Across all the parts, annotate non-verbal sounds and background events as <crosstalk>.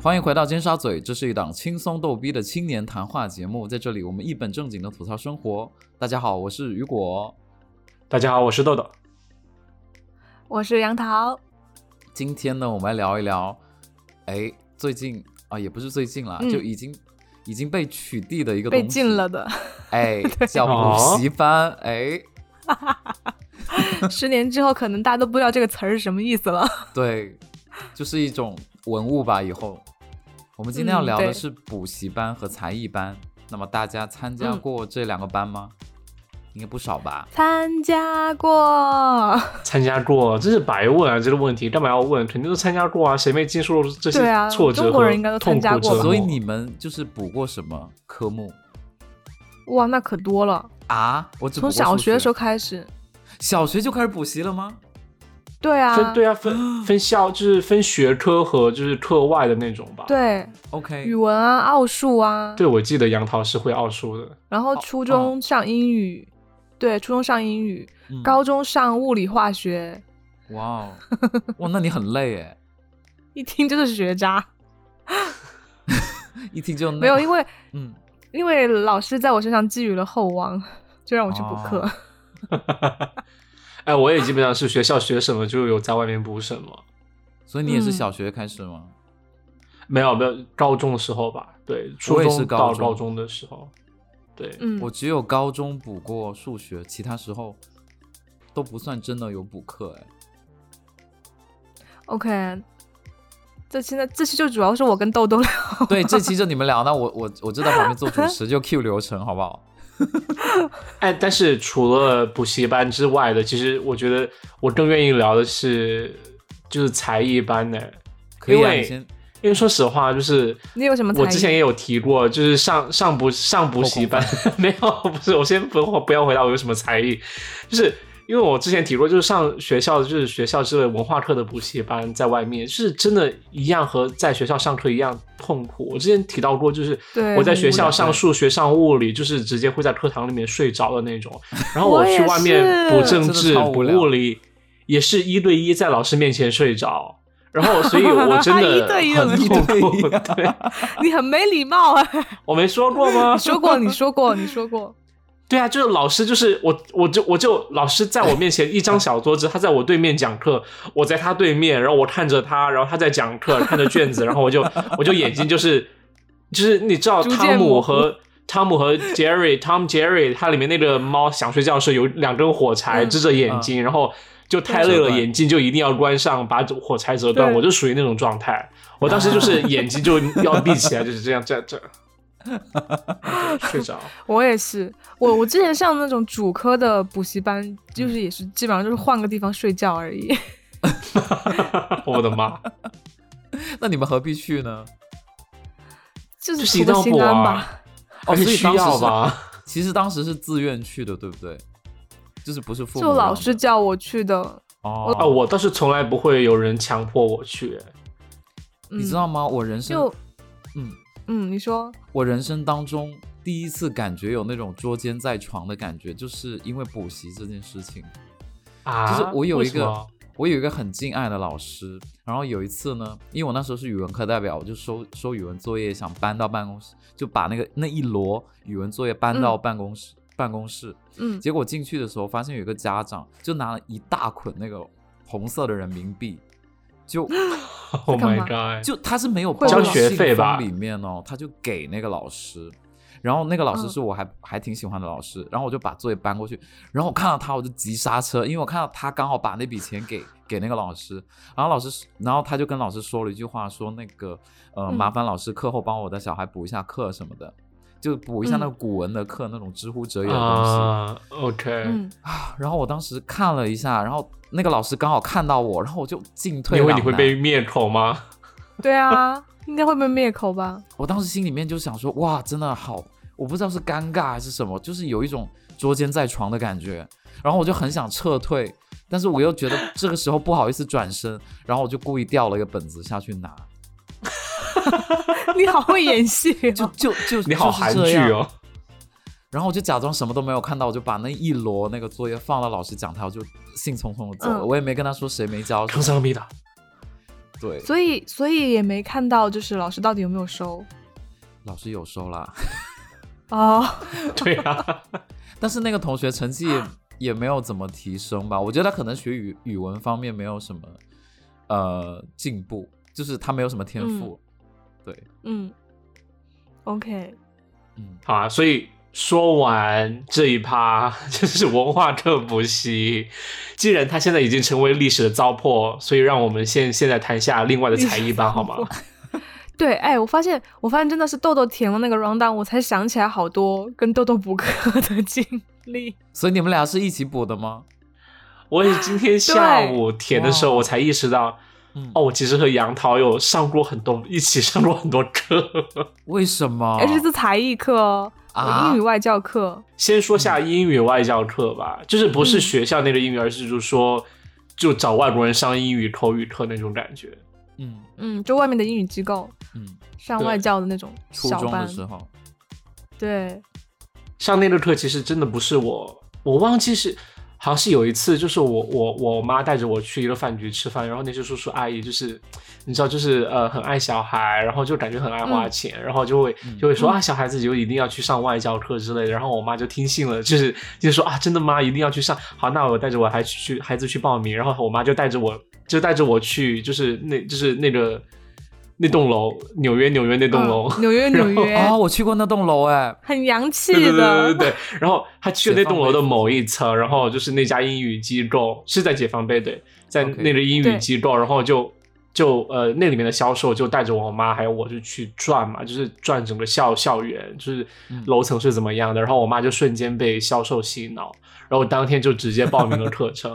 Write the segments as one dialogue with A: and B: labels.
A: 欢迎回到尖沙咀，这是一档轻松逗逼的青年谈话节目，在这里我们一本正经的吐槽生活。大家好，我是雨果，
B: 大家好，我是豆豆。
C: 我是杨桃。
A: 今天呢，我们来聊一聊，哎，最近啊，也不是最近啦，
C: 嗯
A: 就已经已经被取缔的一个东
C: 被
A: 西，
C: 禁了，的， <laughs>
A: 哎，叫补习班，哎，
C: 十年之后可能大家都不知道这个词儿是什么意思了。
A: 对，就是一种文物吧。以后我们今天要
C: 嗯
A: 聊的
C: 对
A: 是补习班和才艺班，那么大家参加
C: 嗯
A: 过这两个班吗？应该不少吧。
C: 参加过，
B: 参加过，这是白问啊！这个问题干嘛要问？肯定都参加过啊，谁没经受这些
C: 对啊
B: 挫折和
C: 中国人应该都参加过
B: 痛苦折磨
A: 所以你们就是补过什么科目
C: 哇，那可多了。
A: 啊？我只补过
C: 从小
A: 数
C: 学的时候，开始，
A: 小学就开始补习了吗？
C: 对啊，
B: 分对啊，分分校就是分学科和就是课外的那种
A: 啊
B: 吧。
C: 对啊
A: OK，
C: 语文啊，奥数啊，
B: 对，我记得杨桃是会奥数的，
C: 然后初中上英语，对，初中上英语，
A: 啊嗯
C: 高中上物理化学，
A: 哇哦，哇，那你很累哎，
C: 一听就是学渣。
A: <laughs> 一听就那
C: 没有，因为
A: 嗯，
C: 因为老师在我身上寄予了厚望，就让我去补课。
A: 哦
B: 哎，我也基本上是学校学什么就有在外面补什么，
A: 所以你也是
C: 嗯
A: 小学开始吗？
B: 没有没有，高中的时候吧，对，
A: 我
B: 初
A: 也是
B: 中到
A: 高中
B: 高中的时候，对，
C: 嗯，
A: 我只有高中补过数学，其他时候都不算真的有补课哎。
C: OK，这期呢，这期就主要是我跟豆豆聊。
A: 对，这期就你们聊，那我我我就在旁边做主持，就 Q 流程好不好？
B: 哎，但是除了补习班之外的，其实我觉得我更愿意聊的是就是才艺班呢，
A: 可以
B: 因
A: 啊，
B: 为
A: 你先
B: 因为说实话，就是
C: 你有什么才艺
B: 我之前也有提过，就是上上补上补习班 <laughs> 没有，不是，我先不不要回答我有什么才艺，就是因为我之前提过，就是上学校就是学校之类文化课的补习班，在外面是真的一样和在学校上课一样痛苦。我之前提到过，就是
C: 对
B: 我在学校
A: 很无
B: 上
A: 聊
B: 数学、上物理，就是直接会在课堂里面睡着的那种，
C: <laughs>
B: 然后
C: 我
B: 去
C: 也
B: 外面
C: 是
B: 补政
A: 真的
B: 治、
A: 超
B: 补
A: 无聊
B: 物理，也是一对一在老师面前睡着。然后，所以我真
C: <laughs> 一
B: 的
C: 对一
B: 很
C: 的
B: 痛
A: 那种
B: 苦。 <laughs> 对，
A: <laughs>
C: 你很没礼貌啊！
B: 我没说过吗
C: 你？ <laughs> 说过，你说过，你说过，
B: 对啊，就是老师，就是我，我就我就老师在我面前一张小桌子，他在我对面讲课，我在他对面，然后我看着他，然后他在讲课，看着卷子，然后我就我就眼睛就是就是你知道
C: 逐渐
B: 汤姆
C: 模糊
B: 和汤姆和 Jerry Tom Jerry 它里面那个猫想睡觉的时候有两根火柴
C: 嗯
B: 支着眼睛，然后就太累
A: 折
B: 了，
A: 断
B: 眼睛就一定要关上，把火柴折断，
C: 对
B: 我就属于那种状态，我当时就是眼睛就要闭起来，就是这样这样这样。
C: <laughs>
B: 对睡着，
C: 我也是。我我之前上那种主科的补习班，就是也是基本上就是换个地方睡觉而已。 <laughs>
B: 我的妈！
A: 那你们何必去呢？
C: 就
B: 就是是一
C: 图
B: 定要
C: 个心
B: 补
C: 安
B: 啊
C: 吧。
A: 哦，
B: 而且
A: 所以
B: 需
A: 当时
B: 要
A: 是啊
B: 吧？
A: 其实当时是自愿去的，对不对？就是不是父母
C: 就老
A: 让
C: 师
A: 的
C: 叫我去的，
A: 哦
B: 啊，我倒是从来不会有人强迫我去。
C: 嗯、
A: 你知道吗？我人生
C: 就
A: 嗯，
C: 嗯，你说
A: 我人生当中第一次感觉有那种捉奸在床的感觉，就是因为补习这件事情。
B: 啊，
A: 就是我有一
B: 为什
A: 个
B: 么
A: 我有一个很敬爱的老师，然后有一次呢，因为我那时候是语文课代表，我就收收语文作业，想搬到办公室，就把那个那一摞语文作业搬到
C: 嗯
A: 办公室、办公室。
C: 嗯
A: 结果进去的时候，发现有一个家长就拿了一大捆那个红色的人民币，就
B: ，Oh
C: <laughs> 干
B: my
C: 嘛
B: god！
A: 就他是没有
C: 会
A: 包到
C: 吗
B: 交学费吧
A: 信封里面哦，他就给那个老师，然后那个老师
C: 嗯
A: 是我还、还挺喜欢的老师，然后我就把作业搬过去，然后我看到他我就急刹车，因为我看到他刚好把那笔钱给给那个老师，然后老师然后他就跟老师说了一句话，说那个呃
C: 嗯
A: 麻烦老师课后帮我的小孩补一下课什么的，就补一下那个
C: 嗯
A: 古文的课、那种知乎者也的东西。
B: 啊，OK，
C: 嗯，
A: 啊然后我当时看了一下，然后那个老师刚好看到我，然后我就进退
B: 因为
A: 两
B: 你会
A: 难
B: 被灭口吗？
A: <laughs>
C: 对啊，应该会被灭口吧？ <laughs>
A: 我当时心里面就想说，哇，真的好，我不知道是尴尬还是什么，就是有一种捉奸在床的感觉。然后我就很想撤退，但是我又觉得这个时候不好意思转身，然后我就故意掉了一个本子下去拿，
C: 你好会演戏、
A: 就
C: 哦，
A: 就就
B: <laughs> 你好韩剧。
A: 就是这样
B: 哦，
A: 然后我就假装什么都没有看到，我就把那一摞那个作业放到老师讲台，我就兴冲冲的走了，
C: 嗯
A: 我也没跟他说谁没交，
B: 康桑米的，
A: 对，
C: <laughs> 所以所以也没看到就是老师到底有没有收
A: 老师有收啦，
C: 哦，
B: 对啊，
A: 但是那个同学成绩
C: 啊
A: 也也没有怎么提升吧，我觉得他可能学语语文方面没有什么呃进步，就是他没有什么天赋。对，
C: 嗯，OK，
A: 嗯，
B: 好啊，所以说完这一趴， <laughs> 就是文化课补习。既然它现在已经成为历史的糟粕，所以让我们现现在谈下另外的才艺班好吗？
C: 对，哎，我发现我发现真的是豆豆填了那个 round down，我才想起来好多跟豆豆补课的经历。
A: 所以你们俩是一起补的吗？
B: 我也今
C: <laughs>
B: 天下午填的时候，
A: 哇
B: 我才意识到，
A: 嗯，
B: 哦，我其实和杨桃有上过很多，一起上过很多课。 <laughs>
A: 为什么？
C: 而且哎是才艺课哦，
A: 哦啊
C: 我英语外教课。
B: 先说下英语外教课吧，就是不是
C: 嗯
B: 学校那个英语，而是就是说，就找外国人上英语口语课那种感觉。
A: 嗯
C: 嗯，就外面的英语机构
A: 嗯，
C: 上
B: 对
C: 外教的那种
A: 初
C: 小
A: 中的，
C: 班
A: 时候，
C: 对，
B: 上那个课其实真的不是我，我忘记是好像是有一次，就是我我我妈带着我去一个饭局吃饭，然后那些叔叔阿姨就是你知道就是呃很爱小孩，然后就感觉很爱花钱，然后就会
A: 嗯
B: 就会说、
C: 嗯
B: 啊小孩子就一定要去上外教课之类的，然后我妈就听信了，就是就说啊真的吗？一定要去上？好，那我带着我孩去去孩子去报名，然后我妈就带着我就带着我去就是那就是那个那栋楼纽约纽约那栋楼。
C: 嗯纽约纽约
A: 啊，我去过那栋楼，哎，
C: 很洋气
B: 对对对对
C: 的，
B: 对。然后他去了那栋楼的某一层，然后就是那家英语机构是在解放碑，对，在
A: OK
B: 那个英
C: 对
B: 语机构，然后就就呃那里面的销售就带着我妈还有我就去转嘛，就是转整个校校园，就是
A: 嗯
B: 楼层是怎么样的。然后我妈就瞬间被销售洗脑，然后当天就直接报名了课程，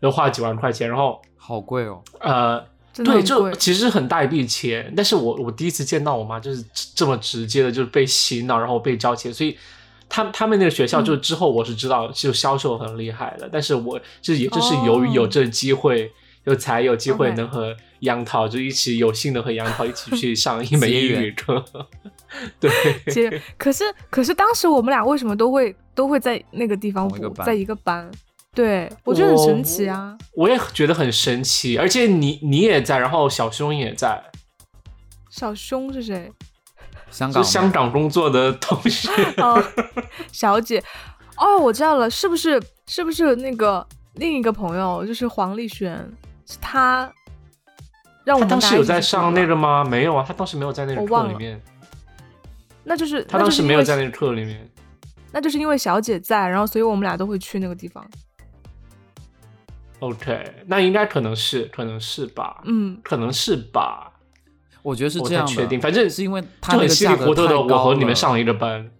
B: 然后花了几万块钱，然后
A: 好贵哦，
B: 呃
C: 真的
B: 对，
C: 很
B: 就
C: 贵。
B: 其实很大一笔钱，但是我我第一次见到我妈就是这这么直接的，就是被洗脑，然后被交钱，所以他他们那个学校
C: 嗯
B: 就之后我是知道就销售很厉害的，但是我这也就是由于有这机会，有才有机会
C: 哦 OK
B: 能和杨桃就一起有幸的和杨桃一起去上
C: <laughs>
B: 一门
A: 结
B: 英
A: 缘
B: 语课， <laughs> 对，
C: 接，可是可是当时我们俩为什么都会都会在那个地方
A: 同一个
C: 补，
A: 班
C: 在一个班？对，我觉得很神奇啊！
B: 我也觉得很神奇，而且你你也在，然后小兄也在，
C: 小胸是谁？
A: 香
B: 就
A: 港，
B: 是香，港工作的同学，
C: 哦，小姐，哦，我知道了，是不是是不是那个另一个朋友就是黄丽璇？是她让我
B: 他
C: 们
B: 当
C: 大
B: 时
C: 家
B: 有
C: 一起
B: 在
C: 去
B: 上
C: 的
B: 那个吗？没有啊，他当时没有在那个
C: 我
B: 课
C: 忘
B: 里
C: 了
B: 面，
C: 那就是
B: 他当时没有在
C: 那就是
B: 那个课里面。
C: 因为，那就是因为小姐在，然后所以我们俩都会去那个地方。
B: OK，那应该可能是，可能是吧，
C: 嗯，
B: 可能是吧，
A: 我觉得是
B: 我
A: 这
B: 太
A: 样的，
B: 确定。反正
A: 是因为他
B: 就
A: 那个
B: 很稀里
A: 价格
B: 糊涂
A: 太
B: 的，我
A: 高
B: 和你
A: 了
B: 们上了一个班。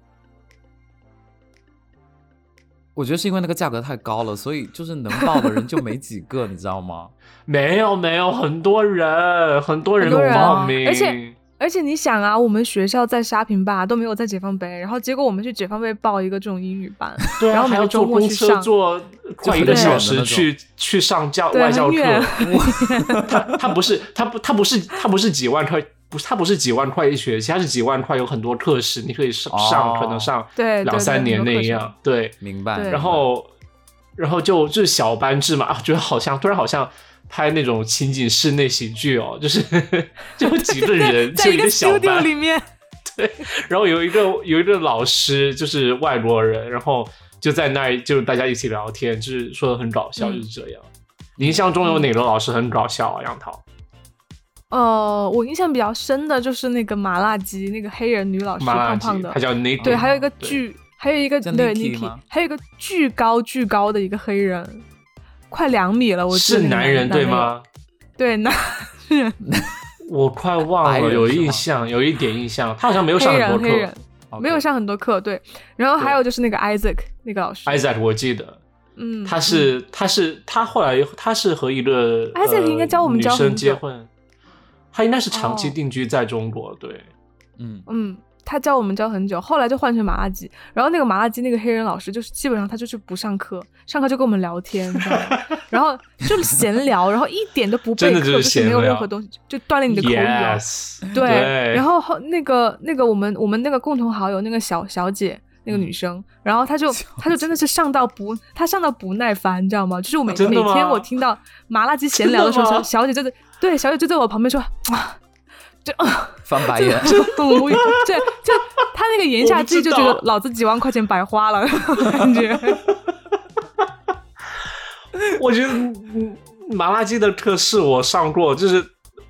A: 我觉得是因为那个价格太高了，所以就是能报的人就没几
C: <laughs>
A: 个，你知道吗？
B: 没有没有，很多人，很多人
C: 很多人啊
B: 报名，
C: 而且而且你想啊，我们学校在沙坪坝都没有在解放碑，然后结果我们去解放碑报一个这种英语班，
B: 对啊，
C: 然后每
B: 还
C: 个
B: 要
C: 周
B: 坐
C: 末
B: 公
C: 去
B: 车
C: 上，
B: 坐快
A: 就
B: 一
A: 很
B: 个
C: 远
B: 小
C: 的
A: 那
B: 时
A: 种
B: 去去上教
C: 对
B: 外教
C: 很远
B: 课。
C: <laughs>
B: 他他不是他不他不是他不是几万块，不是他不是几万块一学期，他是几万块，有很多课时，你可以上上，
A: 哦
B: 可能上
C: 对，对
B: 两三
C: 对
B: 年
C: 很多
B: 那
C: 课程
B: 样。对，
A: 明白。
C: 对
B: 然后然后就就是小班制嘛，啊，觉得好像突然好像拍那种情景室内喜剧哦，就是 <laughs> 就几个人
C: <laughs> 在
B: 就
C: 一
B: 一
C: 个
B: 个小
C: studio
B: 班，
C: 里面，
B: 然后有一个有一个老师就是外国人，然后就在那儿就是大家一起聊天，就是说的很搞笑，
C: 嗯
B: 就是这样。你印象中有哪个老师很搞笑啊？杨桃，
C: 呃，我印象比较深的就是那个麻辣鸡，那个黑人女老师，
B: 麻辣
C: 胖
B: 鸡
C: 胖的
B: 他，叫 Nick，
C: 对，还有一个
B: 哦对
C: 巨，还有一个
A: 叫
C: 对
A: Nicky
C: Nicky，
A: 吗
C: 还有一个巨高巨高的一个黑人，快两米了，我记得
B: 是
C: 那个
B: 男人对？吗？
C: 对，男人，
B: 我快忘
A: 白人
B: 了，有
A: 是吗
B: 印象，有一点印象，他好像没有上
C: 黑
B: 很多
C: 人黑人
B: 课。
A: OK
C: 没有上很多课，对。然后还有就是那个 Isaac 那个老师
B: Isaac 我记得，
C: 嗯，
B: 哎他是他是他后来他是和一个
C: 哎这个
B: 呃
C: 应该教我们
B: 女
C: 教很久
B: 生结婚，他应该是长期
C: 哦
B: 定居在中国，对，
A: 嗯，
C: 嗯，他教我们教很久，后来就换成麻辣鸡。然后那个麻辣鸡那个黑人老师，就是基本上他就是不上课，上课就跟我们聊天，你知道吗？然后就是闲聊，然后一点都不
B: <laughs>
C: 备
B: 真的
C: 课，
B: 就是
C: 就没有
B: 闲聊
C: 任何东西，就锻炼你的口语
B: <laughs>
C: 哦。
B: yes，
C: 对，然
B: 后
C: 后后那个那个我们我们那个共同好友那个小小姐，
B: 嗯
C: 那个女生，然后她就她就真的是上到不她上到不耐烦，你知道吗？就是我每、
B: 啊真
C: 每
B: 的吗
C: 天我听到麻辣鸡闲聊的时候，
B: 真的
C: 小
B: 吗
C: 小姐就在对小姐就在我旁边说啊，就啊，
A: 翻白眼，
C: <laughs> 就很无语，对，就她那个言下之意就觉
B: 我
C: 得
B: 不知道
C: 老子几万块钱白花了，
B: <laughs>
C: 感觉。
B: 我觉得嗯麻辣鸡的课是我上过，就是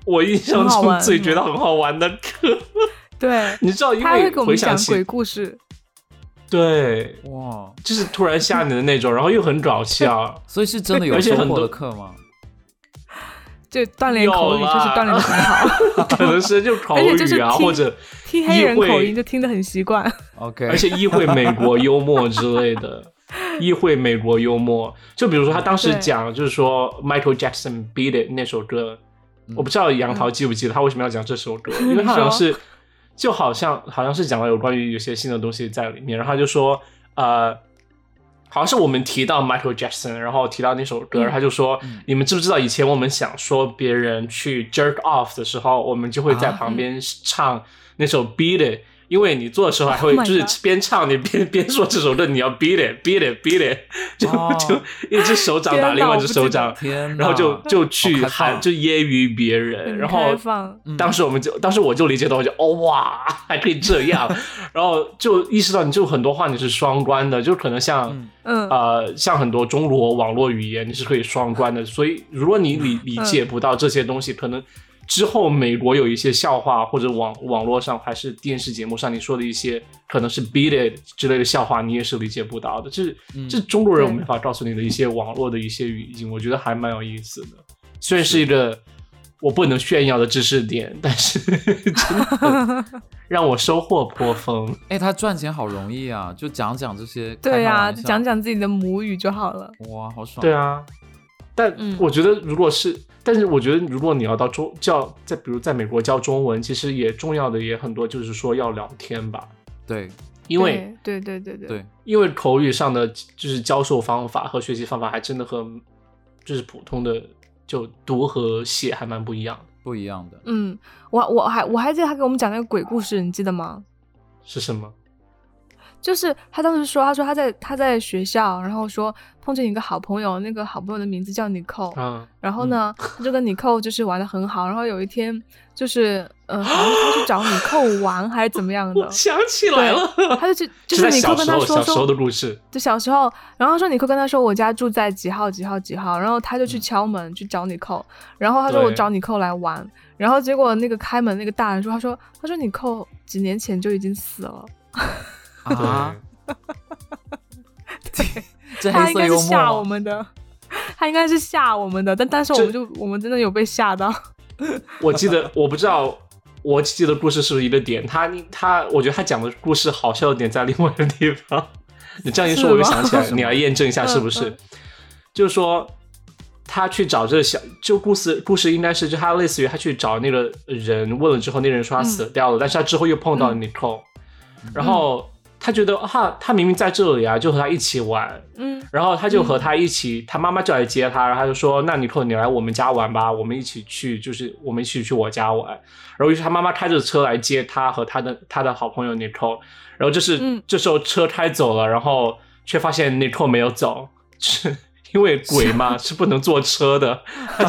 B: 我印象
C: 很好
B: 中
C: 玩嗯
B: 最觉得很好玩的课。
C: 对，
B: 你知道，因
C: 她会
B: 为
C: 给我
B: 回
C: 们
B: 想
C: 讲鬼
B: 起
C: 故事，
B: 对，
A: 哇，
B: 就是突然吓你的那种，然后又很搞
C: <laughs>
B: 笑。
A: 所以是真的有
B: <laughs> 而且
A: 收
B: 很
A: 获的
B: 多
A: 课吗？
C: 就锻炼口语，
B: 有啦
C: 就是锻炼的很好，
B: <laughs> 可能是就口
C: 而且就是
B: 语啊，
C: 听
B: 或者
C: 听黑人
B: 议会
C: 口音就听得很习惯。
A: OK，
B: 而且议会美国幽默之类的，议会美国幽默。就比如说他当时
C: 对
B: 讲，就是说 Michael Jackson Beat It 那首歌，我不知道杨桃记不记得他为什么要讲这首歌，因为他好像是就好像好像是讲到有关于有些新的东西在里面，然后他就说呃。好像是我们提到 Michael Jackson，然后提到那首歌，然后他就说：“你们知不知道以前我们想说别人去 jerk off 的时候，我们就会在
A: 啊
B: 旁边唱那首 Beat It，、因为你做的时候还会
C: <laughs> Oh my
B: 就是
C: God
B: 边唱你边 <laughs> 边说这首歌，你要 beat it beat it beat it，就、 <laughs>
A: 哦
C: Oh
B: 就一只手掌打
C: 天哪
B: 另外一只手
C: <laughs>
B: 掌，
A: 天哪，
B: 然后就就去
A: 好开放
B: 喊就揶揄别人，
C: 很
B: 然
C: 开
B: 后
C: 放
A: 嗯
B: 当时我们就当时我就理解到，我就哦哇还可以这
C: <laughs>
B: 样，然后就意识到你就很多话你是双关的，就可能像。
A: 嗯
C: 嗯，
B: 呃，像很多中国网络语言，你是可以双关的。所以，如果你理理解不到这些东西，可能之后美国有一些笑话，或者网网络上还是电视节目上你说的一些可能是 beat it 之类的笑话，你也是理解不到的。这是
A: 嗯
B: 这是中国人
C: 对
B: 没法告诉你的一些网络的一些语境，我觉得还蛮有意思的。虽然是一个我不能炫耀的知识点，但是 <laughs> 真的让我收获颇丰。
A: 哎，他赚钱好容易啊，就讲讲这些，
C: 对
A: 呀、
C: 呀，就讲，讲自己的母语就好了。
A: 哇，好爽，
B: 对啊，但
C: 嗯
B: 我觉得如果是，但是我觉得如果你要到中教，在比如在美国教中文，其实也重要的也很多，就是说要聊天吧，
A: 对
B: 因为
C: 对对对对
A: 对
B: 因为口语上的就是教授方法和学习方法还真的和就是普通的就读和写还蛮不一样的，
A: 不一样的，
C: 嗯，我我还我还记得他给我们讲那个鬼故事，你记得吗？
B: 是什么？
C: 就是他当时说，他说他在他在学校，然后说碰见一个好朋友，那个好朋友的名字叫 Nicole，、
B: 啊，
C: 然后呢，他就跟 Nicole 就是玩的很好，然后有一天就是呃，好像他去找 Nicole 玩还是怎么样
B: <laughs>
C: 的
B: 我，想起来了，
C: 他就去就是
B: 在
C: 是 Nicole
B: 小
C: 跟
B: 时
C: 他
B: 候
C: 说
B: 小时候
C: 说
B: 的故事，
C: 就小时候，然后说你扣跟他说我家住在几号几号几号，然后他就
A: 嗯
C: 去敲门、去找你扣，然后他说
B: 对
C: 我找你扣来玩，然后结果那个开门那个大人说他说他说你扣几年前就已经死了，
B: 嗯
A: 啊，这
C: 他
A: 黑
C: 应
A: 色
C: 该是
A: 幽
C: 吓我
A: 默吗，
C: 们的，他应该是吓我们的，但但是我们就我们真的有被吓到，
B: 我记得，我不知道，我记得故事是不是一个点？他他，我觉得他讲的故事好笑的点在另外一个地方。你这样一说，我
C: 是
B: 就
C: 吗
B: 想起来，你来验证一下
C: 嗯
B: 是不是？
C: 嗯
B: 就是说，他去找这个小，就故事故事应该是，就他类似于他去找那个人，问了之后，那个人说他
C: 嗯
B: 死掉了，但是他之后又碰到了 Nicole，、然后他觉得啊，他明明在这里啊，就和他一起玩，
C: <laughs> 嗯
B: 然后他就和他一起，他妈妈就来接他，然后他就说：“那尼克，你来我们家玩吧，我们一起去，就是我们一起去我家玩。”然后于是他妈妈开着车来接他和他的他的好朋友尼克，然后这是、
C: 嗯
B: 这时候车开走了，然后却发现尼克没有走，是因为鬼嘛是不能坐车的，
C: <laughs>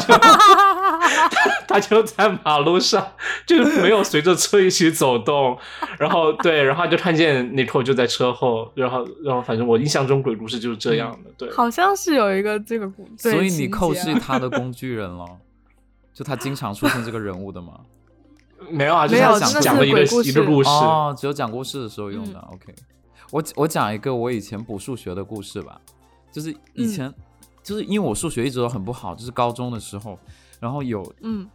B: 他就在马路上就是没有随着车一起走动，然后对，然后他就看见尼克就在车后，然后然后反正我印象中鬼故事就是这样的，对。
C: 好像是有一个这个故，
A: 所
C: 对
A: 以
C: 情
A: 你扣
C: 节
A: 是
C: 啊
A: 他的工具人了， <laughs> 就他经常出现这个人物的
B: <laughs>
A: 吗？
B: 没有啊，就是
A: 没有
B: 他
A: 真的
B: 讲
A: 是
B: 讲的一个
C: 鬼故事
B: 一个故事，
A: 哦，只有讲故事的时候用
C: 嗯
A: 的。OK，我我讲一个我以前补数学的故事吧，就是以
C: 嗯
A: 前、就是因为我数学一直都很不好，就是高中的时候，然后有 <laughs>
C: 嗯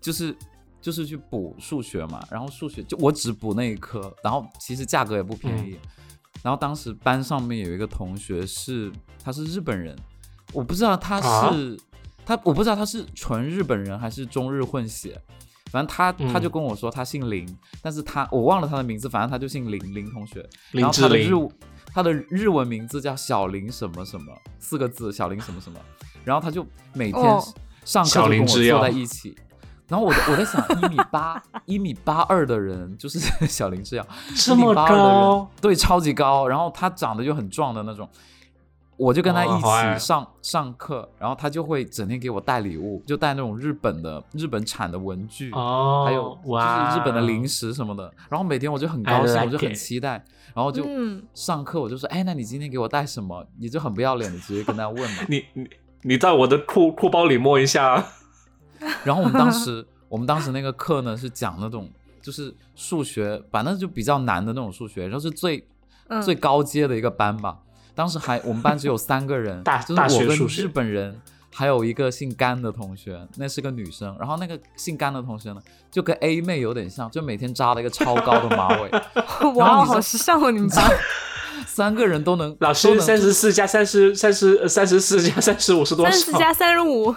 A: 就是就是去补数学嘛，然后数学就我只补那一科，然后其实价格也不便宜。
B: 嗯
A: 然后当时班上面有一个同学是他是日本人，我不知道他
B: 啊
A: 是、他我不知道他是纯日本人还是中日混血，反正他他
B: 嗯
A: 就跟我说他姓林，但是他我忘了他的名字，反正他就姓林林同学。然
B: 林
A: 后
B: 志
A: 他的日
B: 玲，
A: 他的日文名字叫小林什么什么四个字，小林什么什么。然后他就每天
C: 哦
A: 上课
B: 小
A: 就
B: 林
A: 跟我
B: 制药
A: 坐在一起，然后我我在想，一米八一米八二的人就是 <laughs> 小林这样，
B: 这
A: 1.82
B: 么
A: 的人
B: 高，，
A: 对，超级高。然后他长得就很壮的那种，我就跟他
B: 哇好
A: 一
B: 爱
A: 起上上课，然后他就会整天给我带礼物，就带那种日本的日本产的文具，
B: 哦，
A: 还有就
B: 哇，哦
A: 是日本的零食什么的。然后每天我就很高
B: I
A: 兴，
B: like
A: 我就很
B: it
A: 期待，然后就
C: 嗯
A: 上课我就说，哎，那你今天给我带什么？你就很不要脸的直接跟他问嘛。
B: 你你你在我的裤裤包里摸一下，，
A: 然后我们当时
C: <laughs>
A: 我们当时那个课呢是讲那种就是数学，反正就比较难的那种数学，然后是最、
C: 嗯
A: 最高阶的一个班吧。当时还我们班只有三个人
B: 大
A: 就是
B: 大
A: 我
B: 学
A: 跟
B: 数学
A: 日本人，还有一个姓甘的同学，那是个女生。然后那个姓甘的同学呢，就跟 A 妹有点像，就每天扎了一个超高的马尾，
C: 哇，
A: 你说
C: 好时尚哦，你们班。
A: 三个人都能
B: 老
A: 都
B: 师
A: 能
B: 三十四加三十三十呃三十四加三十五是多
C: 三
B: 少？
C: 十加三
A: <laughs>
C: 十五，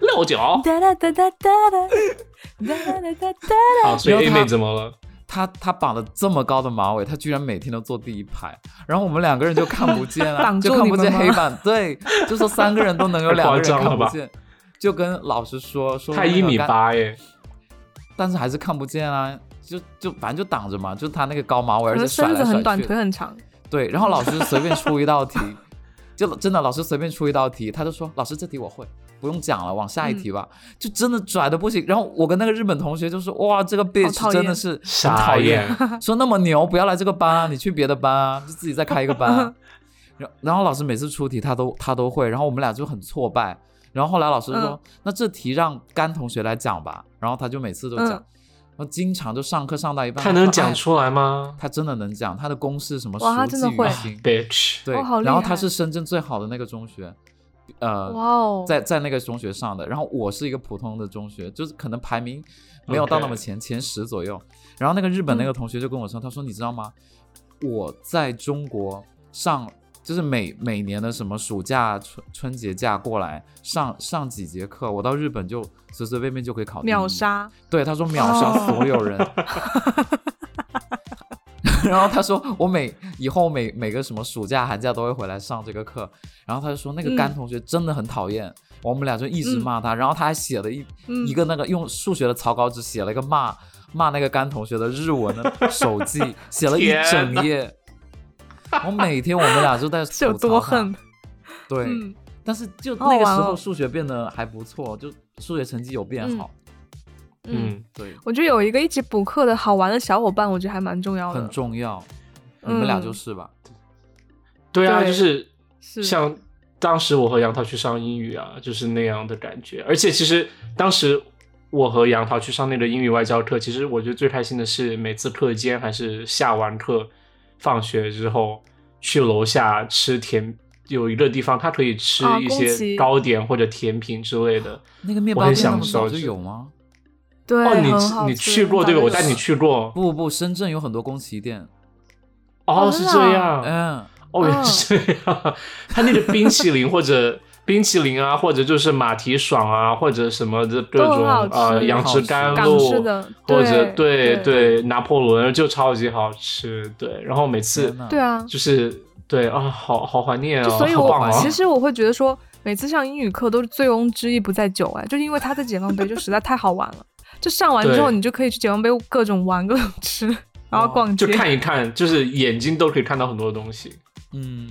B: 六九。
C: 哒哒哒哒哒哒，哒哒哒哒哒。
B: 好，所以
A: 然
B: A
A: 后他
B: 妹怎么了？
A: 他他绑了这么高的马尾，他居然每天都坐第一排，然后我们两个人就看不
C: <laughs>
A: 见啊，
C: 挡住
A: 就看不见
C: 你们吗
A: 黑板，对，就说三个人都
B: <laughs>
A: 能有两个
B: 太
A: 人
B: 夸张了
A: 看
B: 吧
A: 不见，就跟老师说说
B: 他
A: 那个
B: 一米
A: 干，
B: 八耶，
A: 但是还是看不见啊，就就反正就挡着嘛，就他那个高马尾，
C: 我
A: 而且
C: 的
A: 甩
C: 身子
A: 来
C: 很短，
A: 甩
C: 腿
A: 去，
C: 很长。
A: 对，然后老
C: <laughs>
A: 师随便出一道题，就真的老师随便出一道题，他就说老师这题我会。不用讲了，往下一题
C: 嗯
A: 吧。就真的拽的不行。然后我跟那个日本同学就说：“哇，这个
C: 讨
A: bitch 真的
C: 厌
A: 是很
B: 傻
A: 讨厌。” <laughs>
B: 眼。
A: 说那么牛，不要来这个班啊，你去别的班啊，就自己再开一个班、
C: <laughs>
A: 啊。然然后老师每次出题他都他都会，然后我们俩就很挫败。然后后来老师就说，
C: 嗯
A: 那这题让甘同学来讲吧，然后他就每次都讲，
C: 嗯
A: 然后经常就上课上到一半，
B: 他能
A: 说
B: 讲
A: 哎
B: 出来吗
A: 他真的能讲，他的公式什么
C: 哇他
A: 熟
C: 真
A: 记
C: 的会
A: 于心，
B: ？Bitch，
A: 对，
C: 哦好厉
A: 然后
C: 害
A: 他是深圳最好的那个中学，呃，
C: 哇哦，
A: 在在那个中学上的，然后我是一个普通的中学，就是可能排名没有
B: OK
A: 到那么前前十左右。然后那个日本那
C: 嗯
A: 个同学就跟我说，他说你知道吗？我在中国上就是每每年的什么暑假、春春节假过来上上几节课，我到日本就随随便便就可以考第一
C: 秒。杀。
A: 对，他说秒杀
C: 哦
A: 所有人。 <laughs> 然后他说我每以后每每个什么暑假寒假都会回来上这个课，然后他就说那个甘
C: 嗯
A: 同学真的很讨厌，我们俩就一直骂他，然后他还写了一、
C: 嗯
A: 一个那个用数学的草稿纸写了一个骂骂那个甘同学的日文的手记，
C: <laughs>
A: 写了一
B: 天哪
A: 整页。我每天我们俩就在
C: 是有
A: 吐槽
C: 多
A: 他
C: 恨？
A: 对，
C: 嗯，
A: 但是就
C: 好
A: 那个时
C: 玩哦
A: 候数学变得还不错，就数学成绩有变
C: 嗯
A: 好，
C: 嗯，
B: 嗯，
A: 对，
C: 我觉得有一个一起补课的好玩的小伙伴，我觉得还蛮重要的。
A: 很重要。你们俩
C: 嗯
A: 就是吧？
B: 对啊，
C: 对
B: 就是
C: 是
B: 像当时我和杨桃去上英语啊，就是那样的感觉。而且其实当时我和杨桃去上那个英语外教课，其实我觉得最开心的是每次课间还是下完课，放学之后去楼下吃甜，有一个地方它可以吃
C: 啊
B: 一
C: 宫
B: 些
C: 崎
B: 糕点或者甜品之类的。
A: 那个面
B: 我
A: 包
B: 很
A: 店那
B: 享
A: 么早
B: 受
A: 就
B: 这
A: 有吗？
C: 对，
B: 哦，
C: 很好
B: 你你
C: 吃
B: 去过对吧？我带你。
C: 很好吃
B: 去过。
A: 不不不，深圳有很多宫崎店。
B: 哦，
C: 哦
B: 是
C: 真的
B: 这
C: 啊
B: 样。
A: 嗯，
B: 哦，原来是这样。他那个冰淇淋或者 <laughs> 冰淇淋啊，或者就是马蹄爽啊，或者什么的各
C: 都很
B: 种
C: 好吃
B: 呃杨枝甘
C: 港
B: 露
C: 式，的，
B: 或者对
C: 对
B: 对拿破仑就超级好吃。对，然后每次
A: 天呐
C: 对，啊，
B: 就是对啊，好好怀念
C: 就
B: 哦，
C: 所以
B: 嗯好
C: 我
B: 棒哦。
C: 其实我会觉得说，每次上英语课都是醉翁之意不在酒哎，就因为他在解放 <laughs> 碑就实在太好玩了。就上完之后，
B: 对
C: 你就可以去解放碑各种玩、各种吃，然后逛街
B: 就。看一看，就是眼睛都可以看到很多东
C: <laughs>
B: 西，
A: 嗯，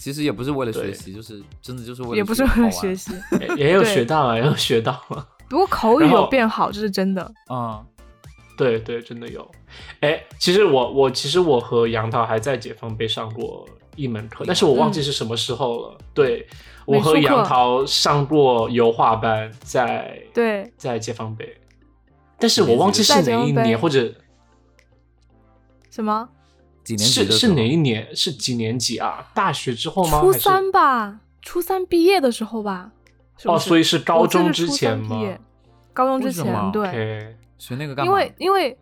A: 其实也不是为了
B: 对
A: 学习，就是真的就是为了
C: 也不是
A: 觉得
C: 为了
A: 好玩
C: 学。习，
B: 也也有
C: 对
B: 学到了，啊也有学到了。
C: 不过口语
B: 然后
C: 有变好，这是真的。
A: 嗯，
B: 对对，真的有。哎，其实我我其实我和杨涛还在解放碑上过一门课，但是我忘记是什么时候了。对，我
C: 嗯美术
B: 和
C: 课
B: 杨涛上过油画班在，
C: 对，
B: 在解放碑，但是我忘记是
C: 在解
B: 哪
C: 放
B: 一
C: 碑
B: 年，或者
C: 什么
A: 几年级
B: 是
A: 的时
B: 是
A: 候
B: 哪一年，是几年级啊？大学之后吗？
C: 初
B: 还是
C: 三吧，初三毕业的时候吧。是不
B: 哦，
C: 是
B: 所以是高
C: 我记得
B: 中
C: 是
B: 之
C: 初
B: 前
C: 三毕
B: 吗
C: 业高中之
A: 为什么
C: 前，对。
B: ？OK，
A: 学那个干
C: 因
A: 嘛？
C: 为因为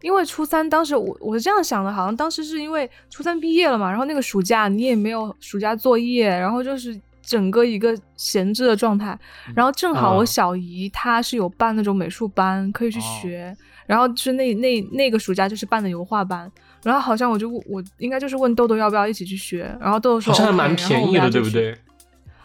C: 因为初三当时我我是这样想的，好像当时是因为初三毕业了嘛，然后那个暑假你也没有暑假作业，然后就是整个一个闲置的状态，然后正好
B: 啊
C: 我小姨她是有办那种美术班可以去
A: 哦
C: 学，然后就是那那那个暑假就是办的油画班。然后好像我就问我应该就是问豆豆要不要一起去学，然后豆豆说
B: 好像还
C: OK，
B: 蛮
C: 然后我
B: 便
C: 们
B: 宜
C: 俩
B: 的，
C: 就
B: 对不
C: 去
B: 对？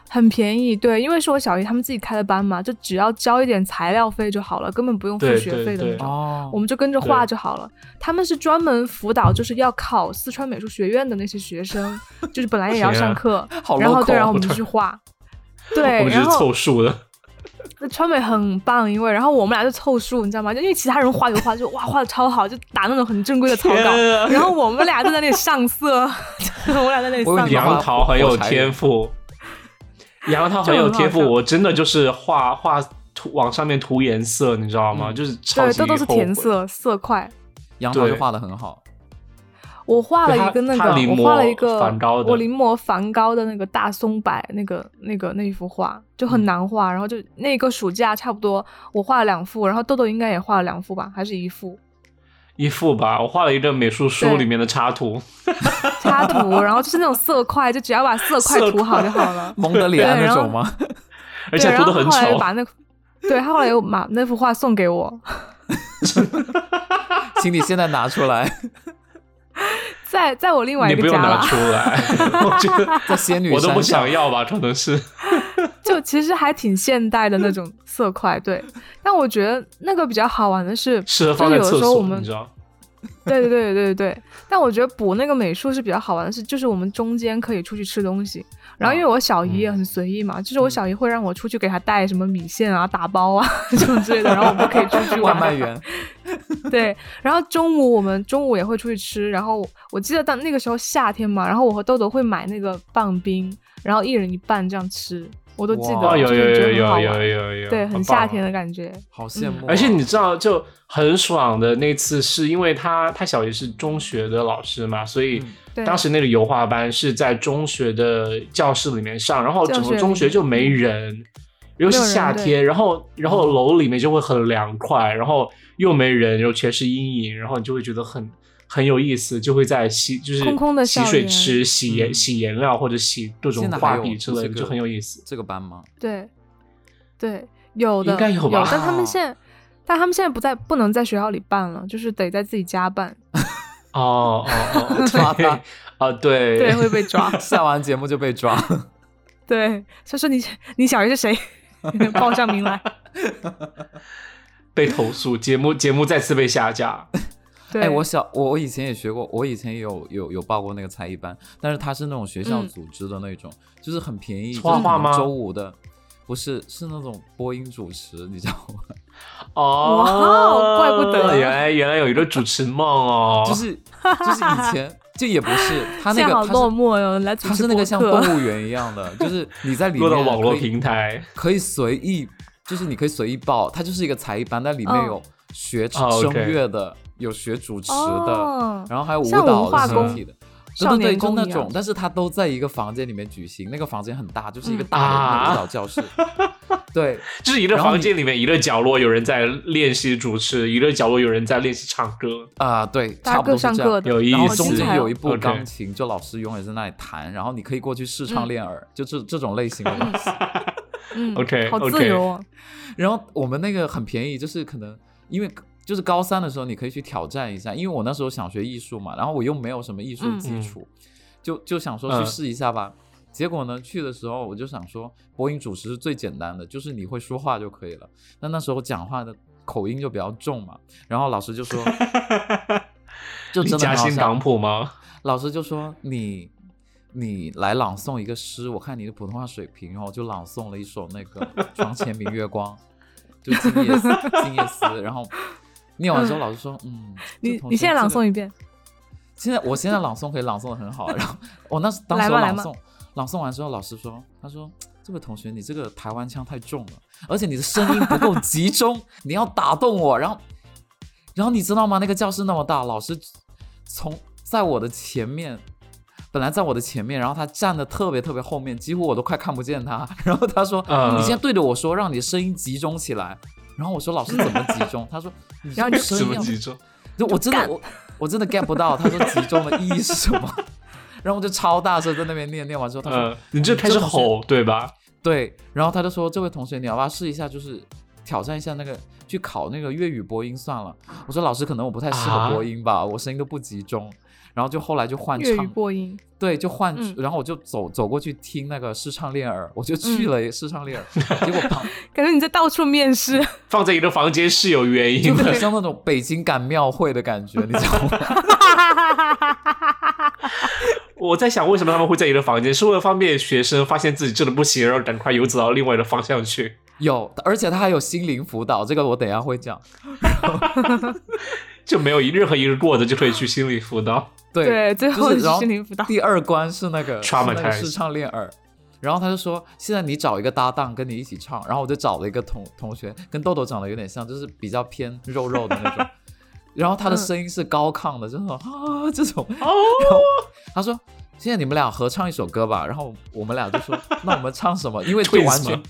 C: 很便宜，对，因为是我小姨他们自己开的班嘛，就只要交一点材料费就好了，根本不用付
B: 对
C: 学
B: 对
C: 费的那
B: 对
C: 种。
A: 哦，
C: 我们就跟着画
B: 对嗯
C: 就好了。他们是专门辅导，就是要考四川美术学院的那些学
B: <laughs>
C: 生，就是本来也要
B: 天啊
C: 上课，
A: 好
C: 然后
A: local
C: 对，
A: 啊
C: 然后我们
B: 我突
C: 就去画。
B: <laughs>
C: 对
B: 我，们只
C: 然
B: 是
C: 后
B: 凑数的。
C: 那川美很棒，因为然后我们俩就凑数，你知道吗？就因为其他人画油
B: <laughs>
C: 画就哇画的超好，就打那种很正规的
A: <laughs>
C: 草稿，
B: 天啊
C: 然后我们俩就在那里上色， <laughs> 就是我们俩在那里
A: 我以为
C: <laughs> 上
A: 你要
C: 色。
B: 杨桃很有天
C: <laughs>
B: 赋，杨桃很有天赋，
C: 就很好笑
B: 我真的就是画画涂往上面涂颜色，你知道吗？
A: 嗯
B: 就是超
C: 对，
B: 级
C: 这都是
B: 后
C: 填
B: 悔。
C: 色色块。
A: 杨桃就
B: 对
A: 画的很好，
C: 我画了
B: 对
C: 一
B: 他
C: 个那
B: 他
C: 个，
B: 临
C: 我
B: 摹
C: 画了一个
B: 梵高的
C: 我临摹梵高的那个大松柏，那个那个那一幅画就
B: 嗯
C: 很难画。然后就那个暑假差不多，我画了两幅，然后豆豆应该也画了两幅吧，还是一幅
B: 一幅吧，我画了一个美术书
C: 对
B: 里面的插图，
C: 插图，然后就是那种色块，就只要把色块
B: 色
C: 涂好就好了。
A: 蒙德里安
C: 对
A: 那
C: 然后
A: 种吗？
B: <laughs> 而
C: 对，
B: 且
C: 然
B: 涂
C: 后
B: 的很
C: 后来
B: 丑
C: 又。把那个，对他后来又把那幅画送给我，
A: 请你现在拿出来， <laughs>
C: 在在我另外
B: 你
C: 一
B: 不
C: 个
B: 用
C: 家了
B: 拿。出来，
C: <laughs>
B: 我觉得
A: 在仙女
B: 我都不
A: 山上
B: 想要吧，可能是。
C: 就其实还挺现代的那种色块，对。但我觉得那个比较好玩的是，
B: 适合放在
C: 就是有
B: 厕
C: 的时候我
B: 所，
C: 们
B: 你知道？
C: 对对对对对对。但我觉得补那个美术是比较好玩的是，就是我们中间可以出去吃东西。然后
B: 啊
C: 因为我小
B: 嗯
C: 姨也很随意嘛，就是我小姨会让我出去给她带什么米线啊、打包啊 <laughs> 这种之类的，然后我们可以出去
A: 外
C: 玩。
A: 卖员，
C: 对，然后中午我们中午也会出去吃，然后我记得当那个时候夏天嘛，然后我和豆豆会买那个棒冰，然后一人一半这样吃，我都记
A: 哇
C: 得，
B: 哦，有
C: 就
B: 有
C: 是觉
B: 有
C: 得很好
B: 有
C: 玩
B: 有有有，
C: 对，
B: 棒
C: 很夏
B: 啊
C: 天的感觉。
A: 好羡慕啊。
B: 而且你知道，就很爽的那次，是因为他他小姨是中学的老师嘛，所以
A: 嗯
C: 对
B: 当时那个油画班是在中学的教室里面上，然后整
C: 教
B: 个
C: 室里面
B: 中学就没人，尤其
C: 没有人
B: 夏天，然后然后楼里面就会很凉快，然后又没人，又全是阴影，然后你就会觉得很很有意思，就会在洗就是
C: 空空的校
B: 洗水
C: 园
B: 池、洗颜
A: 嗯
B: 洗颜料或者洗各种
A: 现在还
B: 画
A: 有
B: 笔之类
A: 这
B: 的，
A: 个
B: 就很有意思。
A: 这个班吗？
C: 对，对，有的
B: 应该有吧
C: 但他
A: 哦
C: 们现在，但他们现在不在，不能在学校里办了，就是得在自己家办，
B: 哦
A: <laughs>
B: 哦 <laughs> 哦，
A: 抓
B: 对
A: 他。
B: 啊，对
C: 对，会被抓
A: <laughs> 下完节目就被抓，
C: 对，所以说你你小姨是谁？ <laughs> 报上名
A: <laughs>
C: 来。
B: 被投诉，节目节目再次被下架。
C: 对，
A: 哎，我小我我以前也学过，我以前也有有有报过那个才艺班，但是它是那种学校
C: 嗯
A: 组织的那种，就是很便宜，
B: 是画
A: 就是可能
B: 画吗
A: 周五的，不是是那种播音主持，你知道吗？
B: 哦，
C: 哇怪不得
B: 原来原来有一个主持梦 <laughs> 哦，
A: 就是就是以前就也不是，他那
C: 现在
A: 个
C: 好
A: 它是
C: 落寞哟，来主
A: 它是
C: 持
A: 那个
C: 播
A: 像
C: 客
A: 动物园一样的，就是你在
B: <laughs>
A: 里
B: 各
A: 面
B: 种网络
A: 可以
B: 平台
A: 可以随意，就是你可以随意报，它就是一个才艺班，但里面
C: 嗯
A: 有学
B: 哦，OK
A: 声乐的，有学主持的，
C: 哦，
A: 然后还有舞
C: 像
A: 蹈
C: 文化
A: 的、
B: 宫
A: 形体的。对
C: 少
A: 对对，
C: 年啊
A: 就
C: 宫
A: 那
C: 一
A: 种
C: 样，
A: 但是它都在一个房间里面举行，那个房间很大，就是一个
C: 嗯
A: 大的
B: 啊
A: 舞蹈教
B: <laughs>
A: 室。对，
B: 就是一个
A: 然后
B: 房间里面一个角落有人在练习主持，一个角落有人在练习唱歌，
A: 啊、对，
C: 大
A: 差
C: 家
A: 不
C: 各
A: 多是
C: 上
A: 这样
C: 各。的，
B: 有意
A: 然
B: 思。
A: 后
C: 好
A: 中
C: 精
A: 间
C: 彩哦
A: 有一部
B: OK
A: 钢琴，就老师永远在那里弹，然后你可以过去试唱
C: 嗯
A: 练耳，就这这种类型的东西。 <laughs>
C: 嗯
B: OK，
C: 好自
B: OK
C: 由哦，
A: 然后我们那个很便宜，就是可能因为就是高三的时候你可以去挑战一下，因为我那时候想学艺术嘛，然后我又没有什么艺术基础，就就想说
B: 嗯
A: 去试一下吧。结果呢，去的时候我就想说，播音主持是最简单的，就是你会说话就可以了。那那时候讲话的口音就比较重嘛，然后老师就
B: <laughs>
A: 说，就
B: 你
A: 真的
B: 夹
A: 很好
B: 心
A: 笑
B: 港。
A: <laughs>
B: 普吗？
A: 老师就说你你来朗诵一个诗，我看你的普通话水平，然后我就朗诵了一首那个《床前明月光》，就静夜思静夜思，然后念完之后，老师说，嗯，这
C: 你
A: 同
C: 你
A: 学
C: 现在朗
A: 这个
C: 诵一遍，
A: 现在我现在朗诵可以朗诵的很
C: <laughs>
A: 好，然后我那时当
C: 来
A: 时
C: 吧
A: 我
C: 来
A: 朗
C: 吧
A: 诵朗诵完之后，老师说，他说这位同学你这个台湾腔太重了，而且你的声音不够集中，你要打动我。然后，然后你知道吗？那个教室那么大，老师从在我的前面。本来在我的前面，然后他站的特别特别后面，几乎我都快看不见他。 <laughs> 然后他说：“
B: 嗯
A: 你现在对着我说，让你的声音集中起来。”然后我说：“老师怎么集中？”他说：“你
C: 然后你就
A: 声
B: 什
A: 音
B: 么
A: 要哦
B: 集中？
A: 就我真的我我真的 get 不到他说集中的意义是什么， <laughs> 然后我就超大声在那边念，念完之后他说、
B: 嗯，你这开始吼对吧？
A: 对，然后他就说这位同学你要不要试一下，就是挑战一下那个去考那个粤语播音算了。我说老师可能我不太适合
B: 啊
A: 播音吧，我声音都不集中。然后就后来就换
C: 粤
A: 唱
C: 语播音，
A: 对，就换，
C: 嗯
A: 然后我就走走过去听那个视唱练耳，我就
C: 嗯
A: 去了视唱练耳，结果旁
C: 感觉你在到处
A: <laughs>
C: 面试，
B: 放在一个房间是有原因
A: 就很
B: 的。
A: 像那种北京赶庙会的感觉，你知道吗？
B: <laughs>
A: <laughs>
B: 我在想，为什么他们会在一个房间？是为了方便学生发现自己真的不行，然后赶快游走到另外的方向去。
A: 有，而且他还有心灵辅导，这个我等一下会讲。
B: 就没有一任何一个过的就可以去心理辅导。
A: 对，
C: 对，最后
A: 就是然后
C: 心灵辅导。
A: 第二关是那个是那个
B: Traumatized
A: 试唱练耳，然后他就说现在你找一个搭档跟你一起唱，然后我就找了一个同同学，跟豆豆长得有点像，就是比较偏肉肉的那种， <laughs> 然后他的
C: 嗯
A: 声音是高亢的，就是那种啊这种，
B: 哦，
A: 他说。现在你们俩合唱一首歌吧，然后我们俩就
B: <laughs>
A: 说，那我们唱什么？因为就
B: Twins
A: 完全
B: 吗，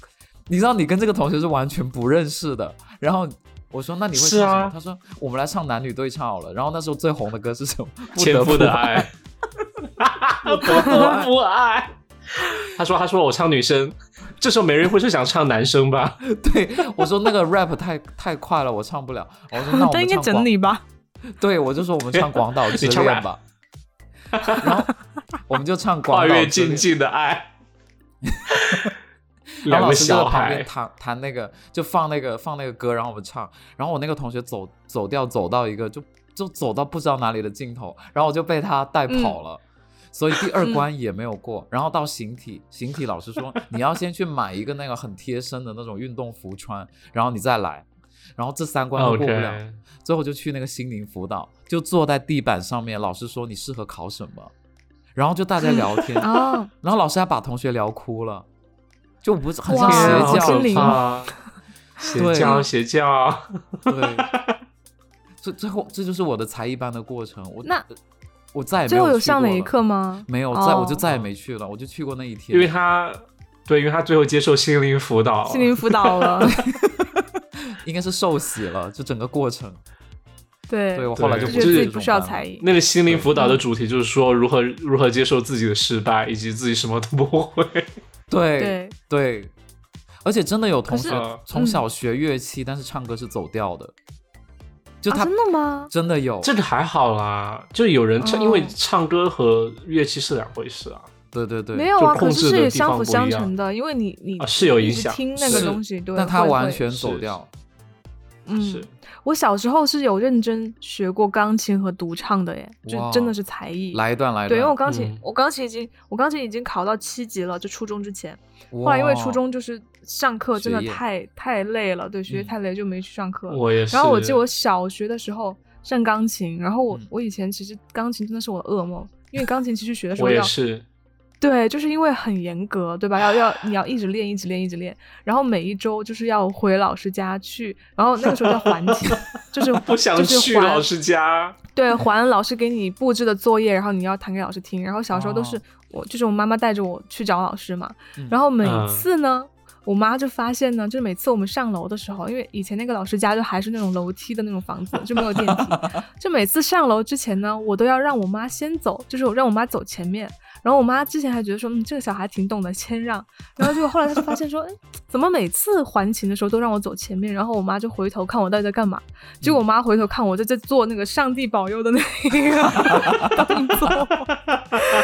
A: 你知道你跟这个同学是完全不认识的。然后我说，那你会唱
B: 是
A: 什么？
B: 啊
A: 他说，我们来唱男女对唱好了。然后那时候最红的歌是
B: <laughs>
A: 什么？不
B: 前
A: 得
B: 夫
A: 不
B: 的爱，不得不爱。 <laughs> 他说：“他说我唱女生，这时候没人会是想唱男生吧？
A: <laughs> 对，我说那个 rap 太太快了，我唱不了。我说
C: <laughs>
A: 那我
C: 他应
A: 们
C: 该
A: 唱
C: 整
A: 广，
C: 理吧？
A: 对我就说我们唱广岛之
B: 你唱
A: 恋
B: rap <laughs>
A: 吧。然后我们就唱
B: 跨
A: 广岛
B: 越
A: 之
B: 静
A: 恋，
B: 静的爱，
A: 然
B: <laughs> 两
A: 后
B: 个
A: 老师就在
B: 小
A: 旁
B: 孩
A: 边，弹弹那个，就放那个放那个歌，然后我们唱。然后我那个同学走走掉，走到一个就就走到不知道哪里的尽头，然后我就被他带跑了。所以第二关也没有过，然后到形体，形体老师说你要先去买一个那个很贴身的那种运动服穿，然后你再来，然后这三关都过不了。
B: OK，
A: 最后就去那个心灵辅导，就坐在地板上面，老师说你适合考什么，然后就大家聊天，
C: 哦，
A: 然后老师还把同学聊哭了，就不是很像
C: 哇
A: 邪
B: 天啊，
C: 好
A: 教
B: 好
C: 心
B: 可
C: 灵
B: 怕！
A: 对
B: 邪教，邪教，
C: <laughs>
A: 对。最最后这就是我的才艺班的过程，我
C: 那
A: 我再也没
C: 最后
A: 有
C: 有
A: 去
C: 上
A: 过
C: 哪一
A: 了？
C: 课吗？
A: 没有，再我就
C: 哦
A: 再也没去了，我就去过那一天，
B: 因为他对，因为他最后接受心灵辅导，
C: 心灵辅
A: <laughs>
C: 导了，
A: 应该是受洗了，就整个过程。
C: 对
A: 对我后来
B: 对
A: 不
C: 觉得
A: 去
C: 自
A: 这
C: 己
A: 种
C: 不需要
A: 班了
C: 才艺。
B: 那个心灵辅导的主题就是说如何如何接受自己的失败，以及自己什么都不会。
A: 对
C: 对，
A: 对，而且真的有同
C: 可
A: 学
C: 是
A: 从
C: 嗯
A: 小学乐器，但是唱歌是走调的，就
C: 啊，
A: 他
C: 真的吗？
A: 真的有，
B: 这个还好啦，就有人唱，
C: 哦
B: 因为唱歌和乐器是两回事啊，
A: 对对对，
C: 没有
B: 就
C: 啊，可
B: 控
C: 是
B: 制
C: 是
B: 的
C: 也
B: 地
C: 相
B: 方
C: 辅
B: 不
C: 相
B: 一样
C: 成的，因为你你
B: 啊是有
C: 一
B: 影
C: 直
B: 响
C: 听那个
A: 是
C: 东西，对，
A: 但他
C: 会
A: 完
C: 会
A: 全走
B: 是
A: 掉。
C: 嗯
B: 是，
C: 我小时候是有认真学过钢琴和独唱的耶，
A: 哇
C: 就真的是才艺。
A: 来一段，来一段。
C: 对，因为我钢琴，
B: 嗯
C: 我钢琴已经，我钢琴已经考到七级了，就初中之前。
A: 我
C: 后来因为初中就是上课真的
A: 学业
C: 太太累了，对，学业
A: 嗯
C: 太累就没去上课了。
B: 我也是。
C: 然后我记得我小学的时候上钢琴，然后我、
A: 嗯
C: 我以前其实钢琴真的是我的噩梦，因为钢琴其实学的时候
B: 我也
C: 要
B: 是，
C: 对，就是因为很严格，对吧？要要你要一直练，一直练，一直练，然后每一周就是要回老师家去，然后那个时候叫还钱，就是
B: 不想
C: 就是
B: 去
C: 还
B: 老师家。
C: <laughs> 对还老师给你布置的作业，然后你要弹给老师听。然后小时候都是、
A: 哦
C: 我就是我妈妈带着我去找老师嘛，
A: 嗯
C: 然后每
B: 嗯
C: 次呢。我妈就发现呢，就是每次我们上楼的时候，因为以前那个老师家就还是那种楼梯的那种房子，就没有电梯。就每次上楼之前呢，我都要让我妈先走，就是我让我妈走前面。然后我妈之前还觉得说，嗯，这个小孩挺懂得谦让。然后结果后来她就发现说，哎，怎么每次还琴的时候都让我走前面？然后我妈就回头看我到底在干嘛。
A: 嗯
C: 结果我妈回头看我在这做那个 <laughs> 上帝保佑的那个动
A: <laughs>
C: 作，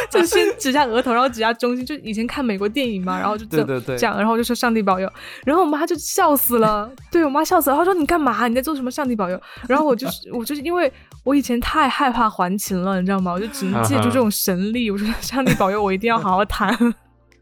C: 就先指一下额头，然后指一下中心。就以前看美国电影
A: <laughs>
C: 嘛，然后就这
A: 对对对
C: 这样，然后我就说上帝保佑，然后我妈就笑死了，对我妈笑死了，她说你干嘛？你在做什么上帝保佑？然后我就是我就是因为我以前太害怕还琴了，你知道吗？我就只能借助这种神力，我说上帝保佑，我一定要好好弹， <laughs>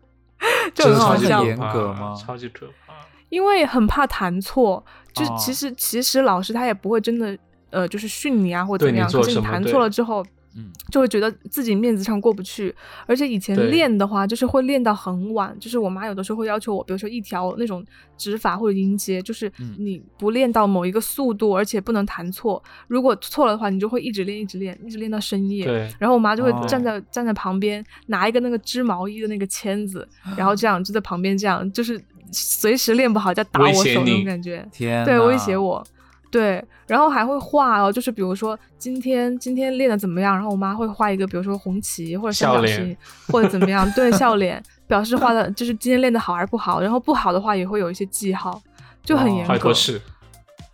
C: 就
B: 真的
C: 很好
B: 超级
C: 笑
A: 很。
B: 可
A: 严
B: 怕
A: 格吗
B: 超级可怕。
C: 因为很怕弹错，就
A: 哦
C: 其实、其实老师他也不会真的呃，就是训你啊或者怎么
B: 对你
C: 样，
B: 做
C: 可是你
B: 什么
C: 弹
B: 对
C: 错了之后。
A: 嗯
C: 就会觉得自己面子上过不去，而且以前
B: 对
C: 练的话，就是会练到很晚。就是我妈有的时候会要求我，比如说一条那种指法或者音阶，就是
A: 嗯
C: 你不练到某一个速度，而且不能弹错。如果错了的话，你就会一直练，一直练，一直练到深夜。
B: 对，
C: 然后我妈就会
A: 哦
C: 站在、站在旁边，拿一个那个织毛衣的那个签子，
B: <laughs>
C: 然后这样就在旁边这样，就是随时练不好就要打我
B: 威胁
C: 手那
B: 你
C: 种感觉，
A: 天
C: 对，
A: 呐
C: 威胁。我。对，然后还会画哦，就是比如说今天今天练的怎么样，然后我妈会画一个，比如说红旗或者三
B: 笑
C: 角
B: 脸
C: 形或者怎么样，对，笑脸表示画的就是今天练的好还是不好，然后不好的话也会有一些记号，就很
A: 哇
C: 严
A: 好
B: 怀
C: 格
B: 托。士，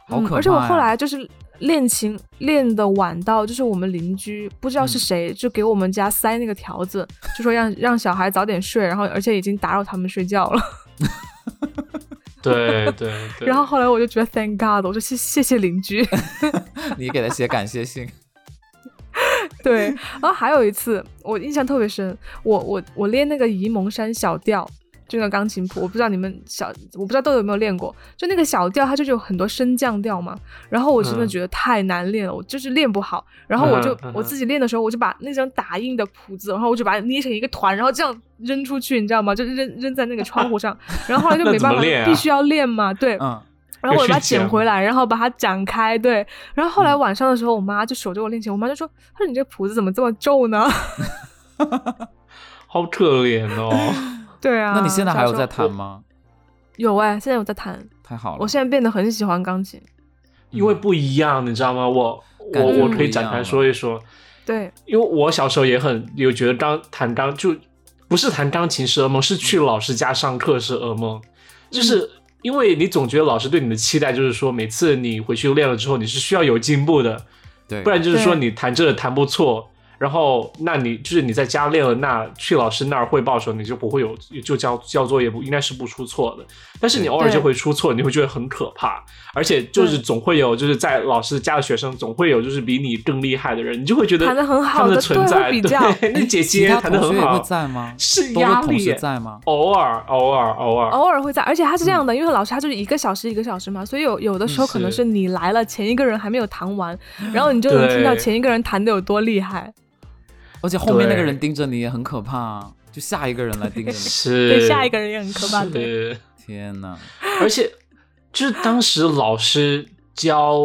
A: 好可怕呀
C: 嗯而且我后来就是练琴练的晚到，就是我们邻居不知道
A: 嗯
C: 是谁、就给我们家塞那个条子，就说让让小孩早点睡，然后而且已经打扰他们睡觉了。 <laughs>
B: 对对对。
C: 然后后来我就觉得 thank God，我说谢谢谢邻居。
A: 你给他写感谢信，
C: 对，然后还有一次我印象特别深，我我我练那个沂蒙山小调，就那个钢琴谱，我不知道你们小，我不知道豆豆有没有练过，就那个小调，它就是有很多升降调嘛，然后我真的
B: 嗯
C: 觉得太难练了，我就是练不好，然后我就、
B: 嗯嗯嗯
C: 我自己练的时候，我就把那张打印的谱子，然后我就把它捏成一个团，然后这样扔出去，你知道吗？就扔扔在那个窗户上，然后后来就
B: 那
C: 没
B: 怎么
C: 办法，
B: 练啊
C: 必须要练嘛， <laughs> 对，
A: 嗯，
C: 然后我
B: 有
C: 把它
B: 训
C: 捡
B: 练
C: 回来，然后把它展开，对。然后后
A: 嗯
C: 来晚上的时候，我妈就守着我练琴，我妈就说：“她说你这谱子怎么这么皱呢
B: <laughs>
C: <laughs>
B: 好可怜哦。？”
C: <laughs> 对啊。
A: 那你现在还有
C: 小时
A: 在
C: 候？
A: 弹吗？
C: 有哎、现在有在弹。
A: 太好了，
C: 我现在变得很喜欢钢琴。
B: 因为不一样，你知道吗？我我
A: 感觉
B: 我
C: 不
B: 可以
A: 一
B: 展
A: 样
B: 开
A: 了
B: 说一啊说，
C: 对，
B: 因为我小时候也很有觉得钢弹钢就不是弹钢琴是噩梦，是去老师家上课是噩梦，就是因为你总觉得老师对你的期待就是说，每次你回去练了之后，你是需要有进步的，
A: 对，
B: 不然就是说
C: 对
B: 你弹这个弹不错，然后那你就是你在家练了，那去老师那儿汇报的时候，你就不会有就交交作业不应该是不出错的，但是你
A: 对
B: 偶尔就
C: 对
B: 会出错，你会觉得很可怕，而且就是
C: 对
B: 总会有就是在老师家的学生总会有就是比你更厉害的人，你就会觉得
C: 弹得很好
B: 他们
C: 的
B: 存
C: 对
B: 在，
C: 会比
B: 对
C: 较
B: 那姐
A: 哎其
B: 姐
A: 他
B: 弹得
A: 同学
B: 很
A: 也会
B: 好，
A: 在吗？
B: 是
A: 都
B: 压
A: 会同
B: 力
A: 时，在吗？
B: 偶尔偶尔偶尔
C: 偶尔会在，而且它是这样的，
A: 嗯
C: 因为老师他就是一个小时一个小时嘛，所以有有的时候可能
B: 是
C: 是你来了，前一个人还没有弹完，然后你就能听到
B: 对
C: 前一个人弹的有多厉害。
A: 而且后面那个
B: 对
A: 人盯着你也很可怕啊，就下一个人来盯着
B: <laughs>
A: 你，
B: 是
C: 对，下一个人也很可怕。对，
B: 是
A: 天哪！
B: 而且就是当时老师教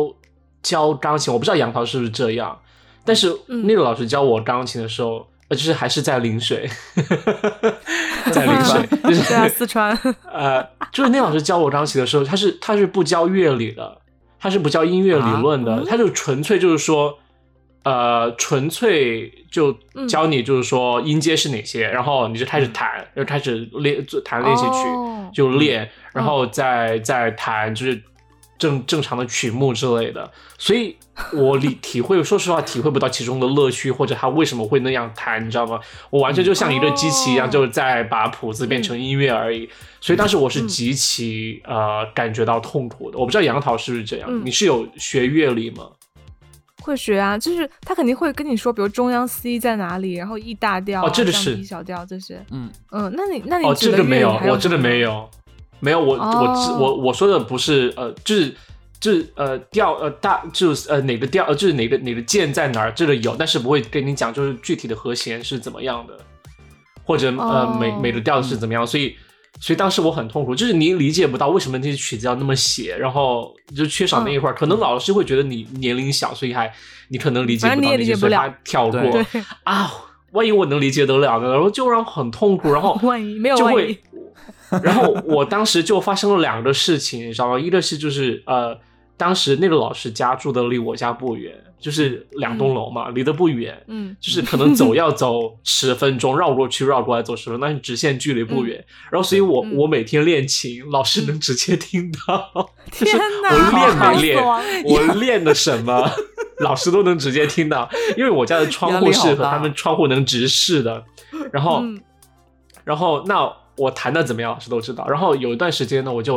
B: 教钢琴，我不知道杨桃是不是这样，但是
C: 嗯
B: 那个老师教我钢琴的时候，呃，就是还是在临
C: <laughs>
B: 水，在临水，就
C: 对啊，
B: 是
A: <laughs>
C: 四川。
B: 呃，就是那老师教我钢琴的时候，他是他是不教乐理的，他是不教音乐理论的，
C: 啊嗯
B: 他就纯粹就是说。呃，纯粹就
C: 嗯
B: 教你，就是说音阶是哪些，然后你就开始弹，就开始练做弹练习曲，
C: 哦
B: 就练，然后再再弹，就是正正常的曲目之类的。所以我理 <laughs> 体会，说实话，体会不到其中的乐趣，或者他为什么会那样弹，你知道吗？我完全就像一个机器一样，
C: 哦
B: 就是在把谱子变成音乐而已。所以当时我是极其、呃感觉到痛苦的。我不知道杨桃是不是这样，
C: 嗯
B: 你是有学乐理吗？
C: 会学啊，就是他肯定会跟你说，比如中央 C 在哪里，然后 E 大调、
B: 哦这个
C: 降
B: 是
C: D 小调这些。
A: 嗯，
C: 嗯，那你那你
B: 哦，
C: 指
B: 这
C: 的
B: 个
C: 粤
B: 没
C: 语
B: 有
C: 还，
B: 我真的
C: 什么
B: 没有，没有，我、我只
C: 哦
B: 我我说的不是呃，就是就是呃调呃大就是呃哪个调呃就是哪个哪个键在哪儿，这个有，但是不会跟你讲就是具体的和弦是怎么样的，或者呃
C: 哦
B: 每每个调是怎么样，所以所以当时我很痛苦，就是你理解不到为什么那些曲子要那么写，然后就缺少那
C: 嗯
B: 一块儿，可能老师会觉得你年龄小，所以还你可能理解
C: 反
B: 不
C: 正
B: 到
C: 你
B: 那
C: 也理
B: 些，
C: 解
B: 所以
C: 不
B: 他
C: 了
B: 跳过
A: 对
C: 对，
B: 啊。万一我能理解得了呢？然后就让我很痛苦，然后
C: <laughs> <laughs> 万一没有啊
B: 就
C: 万
B: 会
C: 一，
B: <laughs> 然后我当时就发生了两个事情，你知道吗？一个是就是呃，当时那个老师家住的离我家不远，就是两栋楼嘛，离得不远， <laughs>
C: 嗯，
B: 就是可能走要走十分钟，绕过去绕过来走十分钟，但是直线距离不远。然后所以我、
C: 嗯
B: 我每天练琴，老师能直接听到，就是
C: 天哪，
B: 我练
C: 好
B: 没
C: 死
B: 练
C: 亡，
B: 我练的什么，老师都能直接听到，因为我家的窗户
A: 压力
B: 是
A: 好
B: 和
A: 大
B: 他们窗户能直视的，然后。
C: 嗯
B: 然后那我弹的怎么样，老师都知道。然后有一段时间呢，我就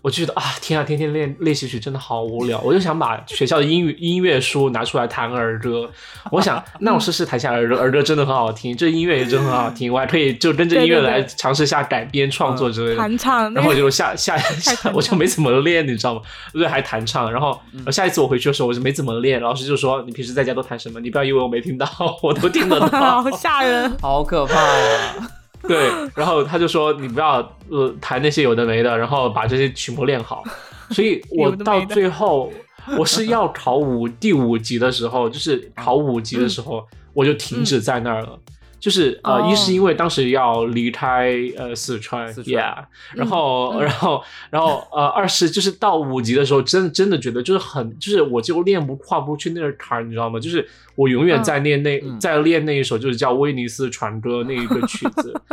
B: 我就觉得啊，天啊，天天练练习曲真的好无聊，我就想把学校的英语音乐书拿出来弹儿歌。我想，那我试试弹一下儿歌，儿歌真的很好听，这音乐也真的很好听，我还可以就跟着音乐
C: 对对对
B: 来尝试一下改编创作之类的。
C: 弹唱，
B: 然后我就下下
C: <laughs> 太弹
B: 下，
C: 唱
B: 我就没怎么练，你知道吗？对，还弹唱。然后
C: 嗯
B: 下一次我回去的时候，我就没怎么练。老师就说：“你平时在家都弹什么？你不要以为我没听到， <laughs> 我都听得到。” <laughs>
C: <laughs> 好吓人，
A: 好可怕
C: <laughs>
A: 呀！
B: 对，然后他就说你不要呃弹那些有的没的，然后把这些曲目练
C: <laughs>
B: 好。所以我
C: 有的
B: 到
C: 没的
B: 最后，我是要考五第五级的时候，就是考五级的时候，我就停止在那儿了。就是呃
C: 嗯哦
B: 一是因为当时要离开呃四川
A: 四川
B: yeah，然
C: 嗯
B: 后、然后然后呃二是就是到五级的时候，真的真的觉得就是很就是我就练不跨不出去那个坎儿，你知道吗？就是我永远在练那、
A: 嗯
B: 在练那一首就是叫《威尼斯船歌》那一个曲子，
C: <laughs>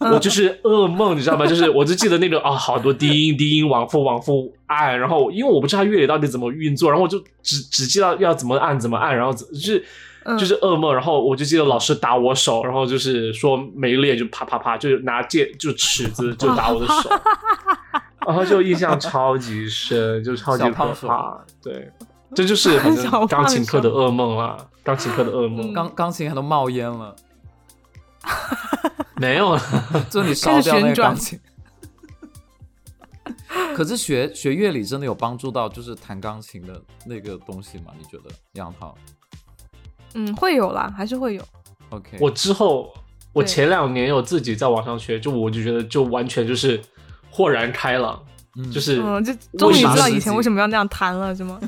C: 嗯
B: 我就是噩梦，你知道吗？就是我就记得那个啊、好多低音低音往复往复按，然后因为我不知道它乐理到底怎么运作，然后我就只只记得要怎么按怎么按，然后怎就是。
C: 嗯
B: 就是噩梦，然后我就记得老师打我手，然后就是说没练就啪啪啪，就是拿剑就尺子就打我的
C: <laughs>
B: 手，然后就印象超级深，就超级
A: 小
B: 可
A: 胖手
B: 怕。对，这就是反
C: 小胖
B: 正钢琴课的
C: 手
B: 噩梦啊，钢琴课的噩梦、
C: 嗯
A: 钢钢琴还都冒烟了，
B: 没有了。
A: 就你烧掉那
C: 开始
A: 个
C: 旋转
A: 钢琴。 <laughs> 可是学学乐理真的有帮助到，就是弹钢琴的那个东西吗？你觉得杨涛
C: 嗯，会有啦，还是会有。
A: ？OK，
B: 我之后，我
C: 对
B: 前两年有自己在网上学，就我就觉得就完全就是豁然开朗，
A: 嗯
B: 就是、
C: 嗯，就终于知道以
A: 为什
C: 前
A: 么
C: 为什么要那样弹
B: <laughs>
C: 了，是吗？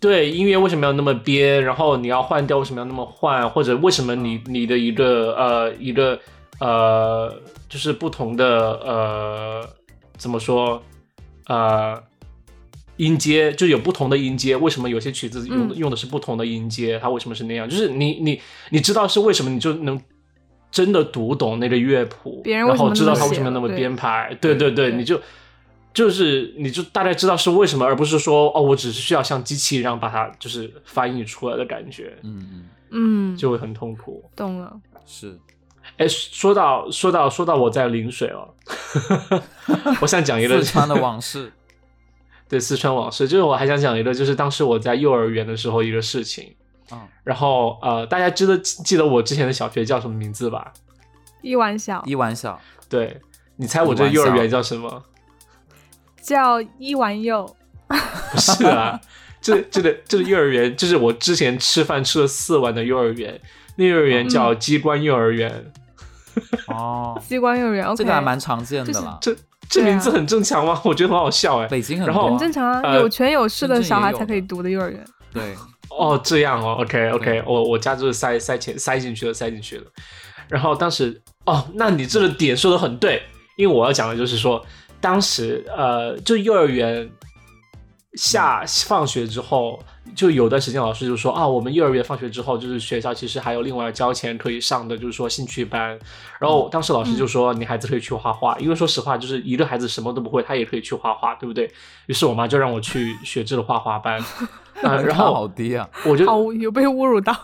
B: 对音乐为什么要那么憋，然后你要换调为什么要那么换，或者为什么你你的一个呃一个呃就是不同的呃怎么说呃音阶，就有不同的音阶，为什么有些曲子用的、
C: 嗯
B: 用的是不同的音阶，它为什么是那样？就是你你你知道是为什么，你就能。真的读懂那个乐谱，
C: 别人为
B: 然
C: 什么
B: 后知道
C: 那么
B: 他为什么
C: 写
B: 那么
C: 对
B: 编排，对对对，
C: 对
B: 你就就是你就大概知道是为什么，而不是说哦，我只是需要像机器一样把它就是翻译出来的感觉，
A: 嗯
C: 嗯，
B: 就会很痛苦。
C: 懂了。
A: 嗯是
B: 哎，说到说到说到我在临水哦， <laughs> 我想讲一个
A: 四川的往
B: <laughs>
A: 事，
B: 对四川往事，就是我还想讲一个，就是当时我在幼儿园的时候一个事情。
A: 嗯，
B: 然后呃，大家记得记得我之前的小学叫什么名字吧？
C: 一碗小
A: 一碗
B: <laughs>
A: 小
B: 对，你猜我这幼儿园叫什么？
C: 叫一碗柚，
B: 不是啊，这这个这个幼儿园，就是我之前吃饭吃了四碗的幼儿园，那幼儿园叫
C: 嗯
B: 机关幼儿园，
A: 哦，
C: 机关幼儿园。OK，
A: 这个还蛮常见的
C: 就是
A: 啦，
B: 这这
C: 对啊
B: 名字很正常吗？我觉得很好笑哎、
A: 北京很
B: 然后
A: 多
C: 很
A: 啊
C: 正常啊，
B: 呃
C: 有权有势的
A: 深圳也
C: 小孩
A: 有
C: 才可以
A: 的
C: 读的幼儿园。
B: <laughs>
A: 对，
B: 哦，这样哦，OK OK，
A: 对
B: 我我家就是塞塞钱塞进去了，塞进去了。然后当时哦，那你这个点说的很对，因为我要讲的就是说，当时呃，就幼儿园下放学之后，就有段时间老师就说啊，我们幼儿园放学之后，就是学校其实还有另外交钱可以上的，就是说兴趣班。然后当时老师就说，你孩子可以去画画，因为说实话，就是一个孩子什么都不会，他也可以去画画，对不对？于是我妈就让我去学这个画画班。啊、然
A: 门槛
B: 后
A: 好低啊，
B: 我就
C: 好，有被
B: <laughs>
C: 侮辱到。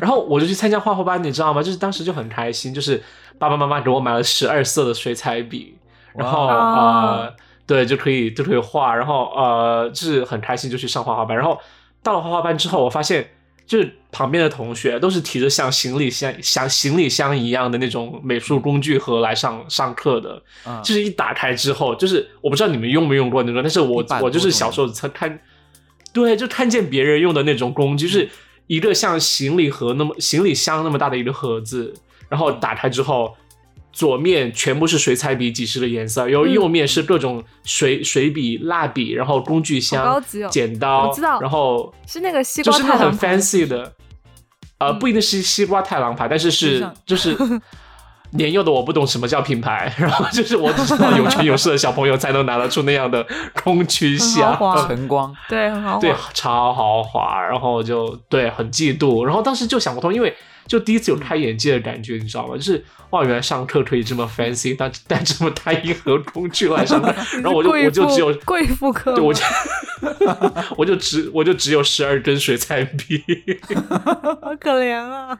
B: 然后我就去参加画画班，你知道吗？就是当时就很开心，就是爸爸妈妈给我买了十二色的水彩笔，然后
A: 哇
B: 呃，对，就可以就可以画，然后呃，就是很开心就去上画画班。然后到了画画班之后，我发现就是旁边的同学都是提着像行李箱、像行李箱一样的那种美术工具盒来上上课的，
A: 嗯，
B: 就是一打开之后，就是我不知道你们用没用过那种，但是我
A: 一板
B: 我就是
A: 多种
B: 小时候才看，对，就看见别人用的那种工具，
C: 嗯
B: 就是一个像行李盒那么行李箱那么大的一个盒子，然后打开之后，左面全部是水彩笔几十个颜色，然后
C: 嗯
B: 右面是各种水水笔、蜡笔，然后工具箱、
C: 好高级哦
B: 剪刀，
C: 我知道
B: 然后
C: 是那个西
B: 就
C: 瓜
B: 是那
C: 太
B: 很
C: 郎牌嗯
B: fancy 的，呃，不一定是西瓜太郎牌，但是
A: 就
B: 是
A: 像
B: 就是年幼的我不懂什么叫品牌， <laughs> 然后就是我只知道有权有势的小朋友才能拿得出那样的工具
C: 很豪
B: <laughs> 箱，
C: 华
A: 晨光，
C: <laughs> 对，很好
B: 对
C: 玩。，
B: 超豪华，然后就对很嫉妒，然后当时就想不通，因为就第一次有开眼界的感觉，你知道吗？就是哇，原来上课可以这么 fancy，但但这么大一盒工具来
C: <laughs>
B: 上课， <laughs> 然后我就
C: 你是
B: 我就只有
C: 贵妇贵妇课
B: 对，我
C: 吗
B: 就我就只我就只有十二根水彩笔，
C: 好可怜
B: <laughs>
C: 啊！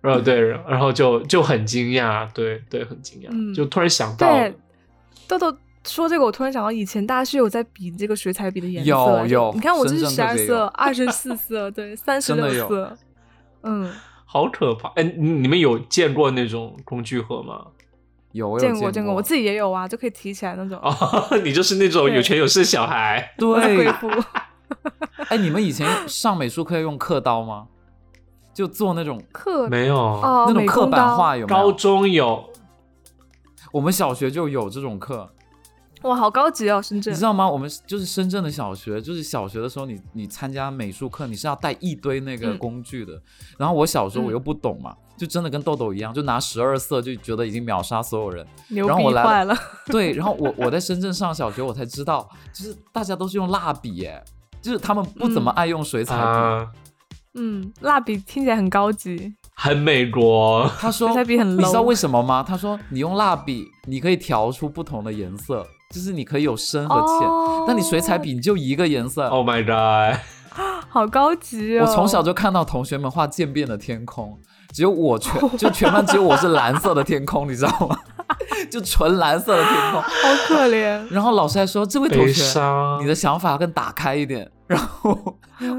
B: 然后对，然后就就很惊讶，对对，很惊讶，
C: 嗯
B: 就突然想到，
C: 对，豆豆说这个，我突然想到以前大家是有在比这个水彩笔的颜色
A: 有
C: 来着
A: 有
C: 你看我这是
A: 深
C: 十
A: 圳特
C: 二
A: 别
C: 色、
A: 有
C: 二十四色，对，三十
A: 真的
C: 六
A: 有
C: 色，嗯，
B: 好可怕！哎，你你们有见过那种工具盒吗？
A: 有我有
C: 见
A: 过
C: 见过，我自己也有啊，就可以提起来那种。
B: 哦， <laughs> 你就是那种
C: 对
B: 有权有势小孩，
A: 对 <laughs>
C: 贵，妇，
A: 哎，你们以前上美术课要用刻刀吗？就做那种
C: 刻
B: 没有。
C: 哦，
A: 那种
C: 美
A: 刻
C: 工
A: 板
C: 刀
A: 画有没
B: 高
A: 有？
B: 中有，
A: 我们小学就有这种课，
C: 哇，好高级哦，深圳
A: 你知。道吗？我们就是深圳的小学，就是小学的时候你，你参加美术课，你是要带一堆那个
C: 嗯
A: 工具的。然后我小时候我
C: 嗯
A: 又不懂嘛，就真的跟豆豆一样，就拿十二色就觉得已经秒杀所
C: <laughs>
A: 有人。
C: 牛
A: 然后我
C: 逼
A: 来
C: 坏了，
A: 对，然后我我在深圳上小学，我才知道，就是大家都是用蜡笔耶，就是他们不怎么
C: 嗯
A: 爱用水彩笔。
B: 啊，
C: 嗯，蜡笔听起来很高级，
B: 很美国，
A: 他说
C: 水彩笔很
A: 你知道
C: low
A: 为什么吗？他说你用蜡笔，你可以调出不同的颜色，就是你可以有深和浅。
C: 哦
A: 但你水彩笔你就一个颜色。
B: Oh my
A: <laughs>
B: god！
C: 好高级哦。
A: 我从小就看到同学们画渐变的天空，只有我全 <laughs> 就全班只有我是蓝色的天空，你知道吗？ <laughs> 就纯蓝色的天空。
C: 好可怜，
A: 然后老师还说：“这位同
B: 悲
A: 学，
B: 伤
A: 你，的想法更打开一点。” <laughs> 然后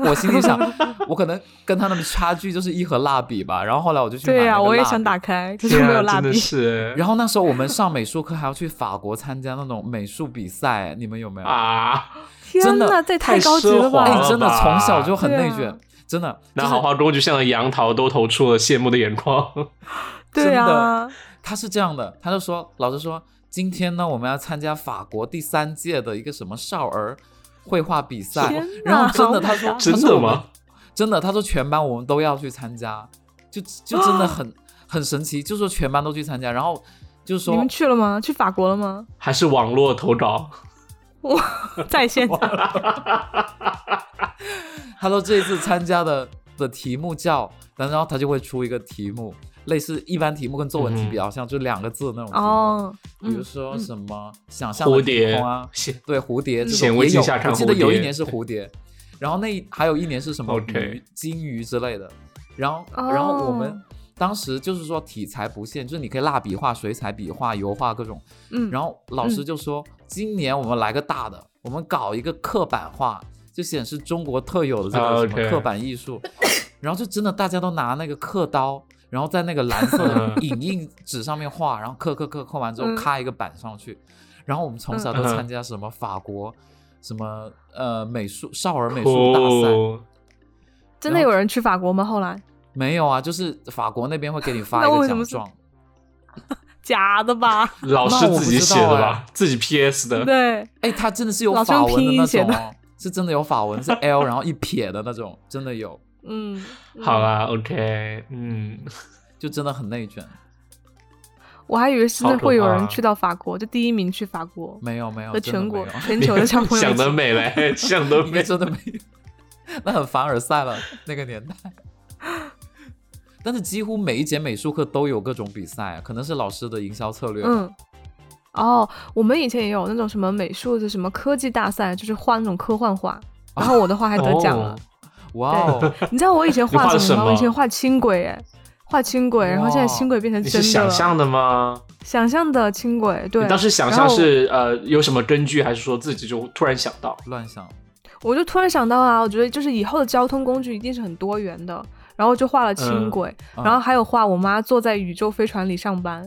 A: 我心
C: <laughs>
A: 里想，我可能跟他们的差距就是一盒蜡笔吧。然后后来我就去买
C: 对呀、
A: 那个
C: 我也
A: 蜡
C: 想
A: 笔
C: 打开，可是
B: 天
C: 没有
B: 啊，
C: 蜡
B: 真
C: 笔
B: 的。是
A: 然后那时候我们上美术课还要去法国参加那种美术比赛，你们有没有？
B: 啊，
A: 真
C: 天
A: 的
C: 呐，这也
B: 太
C: 太高级
B: 奢
C: 了
B: 华
C: 吧！
A: 哎、
B: 了
A: 真的从小就很
C: 对
A: 内
C: 啊
A: 卷，真的。
B: 那
A: 就是
B: 好好工具箱的杨桃都投出了羡慕的眼光。
C: 对啊，
A: 他是这样的，他就说，老师说，今天呢，我们要参加法国第三届的一个什么少儿绘画比赛
C: 天，
A: 然后
C: 哪
A: 真的，
C: 好
A: 他说，
C: 复杂
A: 他说
B: 真的
A: 我们
B: 吗？
A: 真的，他说全班我们都要去参加，就就真的很 <gasps> 很神奇，就说全班都去参加，然后就
C: 你
A: 说
C: 们去了吗？去法国了吗？
B: 还是网络投稿，
C: 在线
A: 他说这一次参加的的题目叫，然后他就会出一个题目，类似一般题目跟作
B: 嗯
A: 文题比较像，就两个字那种题目，
C: 哦，
A: 比如
C: 嗯
A: 说
C: 嗯
A: 什么想象的
B: 蝴
A: 天
B: 蝶
A: 空啊，
B: 谢
A: 对蝴蝶
C: 嗯
A: 这
B: 显
A: 种
B: 微
A: 也
B: 镜
A: 有，
B: 下看
A: 我记
B: 蝴
A: 得有一
B: 蝶
A: 年是蝴蝶，然后那一还有一年是什么
B: OK
A: 鱼、金鱼之类的。然后，然后我们
C: 哦
A: 当时就是说题材不限，就是你可以蜡笔画、水彩笔画、油画各种。
C: 嗯，
A: 然后老师就说，今年我们来个大的，我们搞一个刻板画，就显示中国特有的这
B: 啊
A: 个什么
B: ，OK
A: 刻板艺
C: <laughs>
A: 术。然后就真的大家都拿那个刻刀，然后在那个蓝色的
B: 嗯
A: 影印纸上面画，然后刻刻刻刻完之后
C: 嗯
A: 咔一个板上去。然后我们从小就
B: 嗯
A: 参加什么法国。什么呃美术少儿美术大赛
B: 酷，
C: 真的有人去法国吗？后来
A: 没有啊？就是法国那边会给你发
C: 那
A: 一个
C: 为什
A: 奖
C: 么是
A: 状，
C: 假的吧？
B: 老师自己写
A: 那我不
B: 的
A: 知道啊
B: 吧，自己 PS 的，
C: 对，
A: 哎，它真的是有
C: 老师
A: 法
C: 用
A: 文的
C: 拼
A: 那
C: 音写
A: 种
C: 的
A: 哦，是真的有法文，是 L 然后一撇的那种，真的有，
C: 嗯，嗯
B: 好啦，OK，嗯，
A: 就真的很内卷。
C: 我还以为真
B: 好
C: 的
B: 可
C: 会有
B: 怕
C: 人去到法国，就第一名去法国
A: 没有没有，
C: 和
A: 真的
C: 全国
A: 没有
C: 全球的小朋友
B: <laughs>
C: 一
B: 想得
C: 起。
A: <laughs>
B: 美嘞，想得
A: 应
B: 美
A: 该，真的没有， <laughs> 那很凡尔赛了那个年代。但是几乎每一节美术课都有各种比赛，啊可能是老师的营销策略吧。
C: 嗯，哦，我们以前也有那种什么美术的什么科技大赛，就是画那种科幻画，然后我的画还得奖了
B: 哦。
A: 哇哦，
C: 你知道我以前
B: 你
C: 画
B: 画的
C: 什么吗？
B: 什么
C: 我以前画轻轨，哎，画轻轨，然后现在
A: 哇
C: 轻轨变成
B: 你
C: 真
B: 是
C: 的
B: 想
C: 了，
B: 象的吗？
C: 想象的轻轨，对。
B: 你当时想
C: 然
B: 象
C: 后
B: 是呃有什么根据，还是说自己就突然想
C: <laughs>
B: 到？
A: 乱想，
C: 我就突然想到啊，我觉得就是以后的交通工具一定是很多元的，然后就画了轻轨，
B: 啊
A: 嗯
C: 然后还有画我妈坐在宇宙飞船里上班，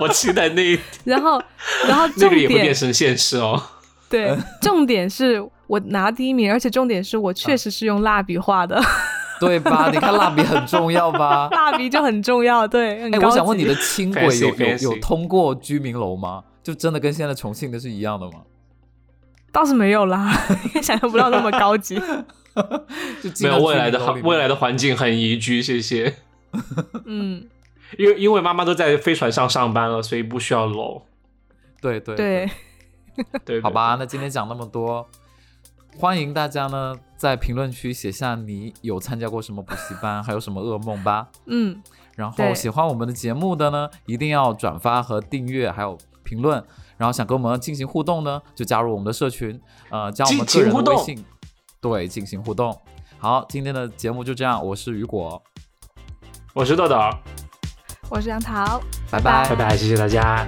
B: 我期待那一 <laughs>
C: 然后，然后
B: 那
C: 重
B: 个也会变
C: 点
B: 成现实哦。
C: 对，重点是我拿第一名，而且重点是我确实是用蜡笔画
B: <laughs>
C: 的，？
A: 对吧？你看蜡笔很重要吧
C: <laughs> 蜡笔就很重
B: <laughs>
C: 要，对，很
A: 哎，
C: 高级。
A: 我想问你的轻轨
B: Fancy,
A: 有有
B: fancy
A: 有通过居民楼吗？就真的跟现在重庆的是一样的吗？
C: 倒是没
B: <laughs>
C: 有啦，也想象不到那么高级。
A: 就进
B: 没
A: 到
B: 有未来
A: 居
B: 的
A: 民楼里面
B: 未来的环境很宜居，谢谢。
C: 嗯，
B: 因为因为妈妈都在飞船上上班了，所以不需要楼。
A: 对对
C: 对，
B: 对，对
A: 好，吧，那今天讲那么多，欢迎大家呢在评论区写下你有参加过什么补习班，还有什么噩梦吧。
C: 嗯，
A: 然后
C: 对
A: 喜欢我们的节目的呢，一定要转发和订阅，还有评论。然后想跟我们进行互动呢，就加入我们的社群，呃，加我们个人的微
B: 进
A: 信，对，进行互动。好，今天的节目就这样，我是雨果，
B: 我是豆豆，
C: 我是杨桃，
A: 拜
C: 拜
A: 拜
B: 拜拜，谢谢大家。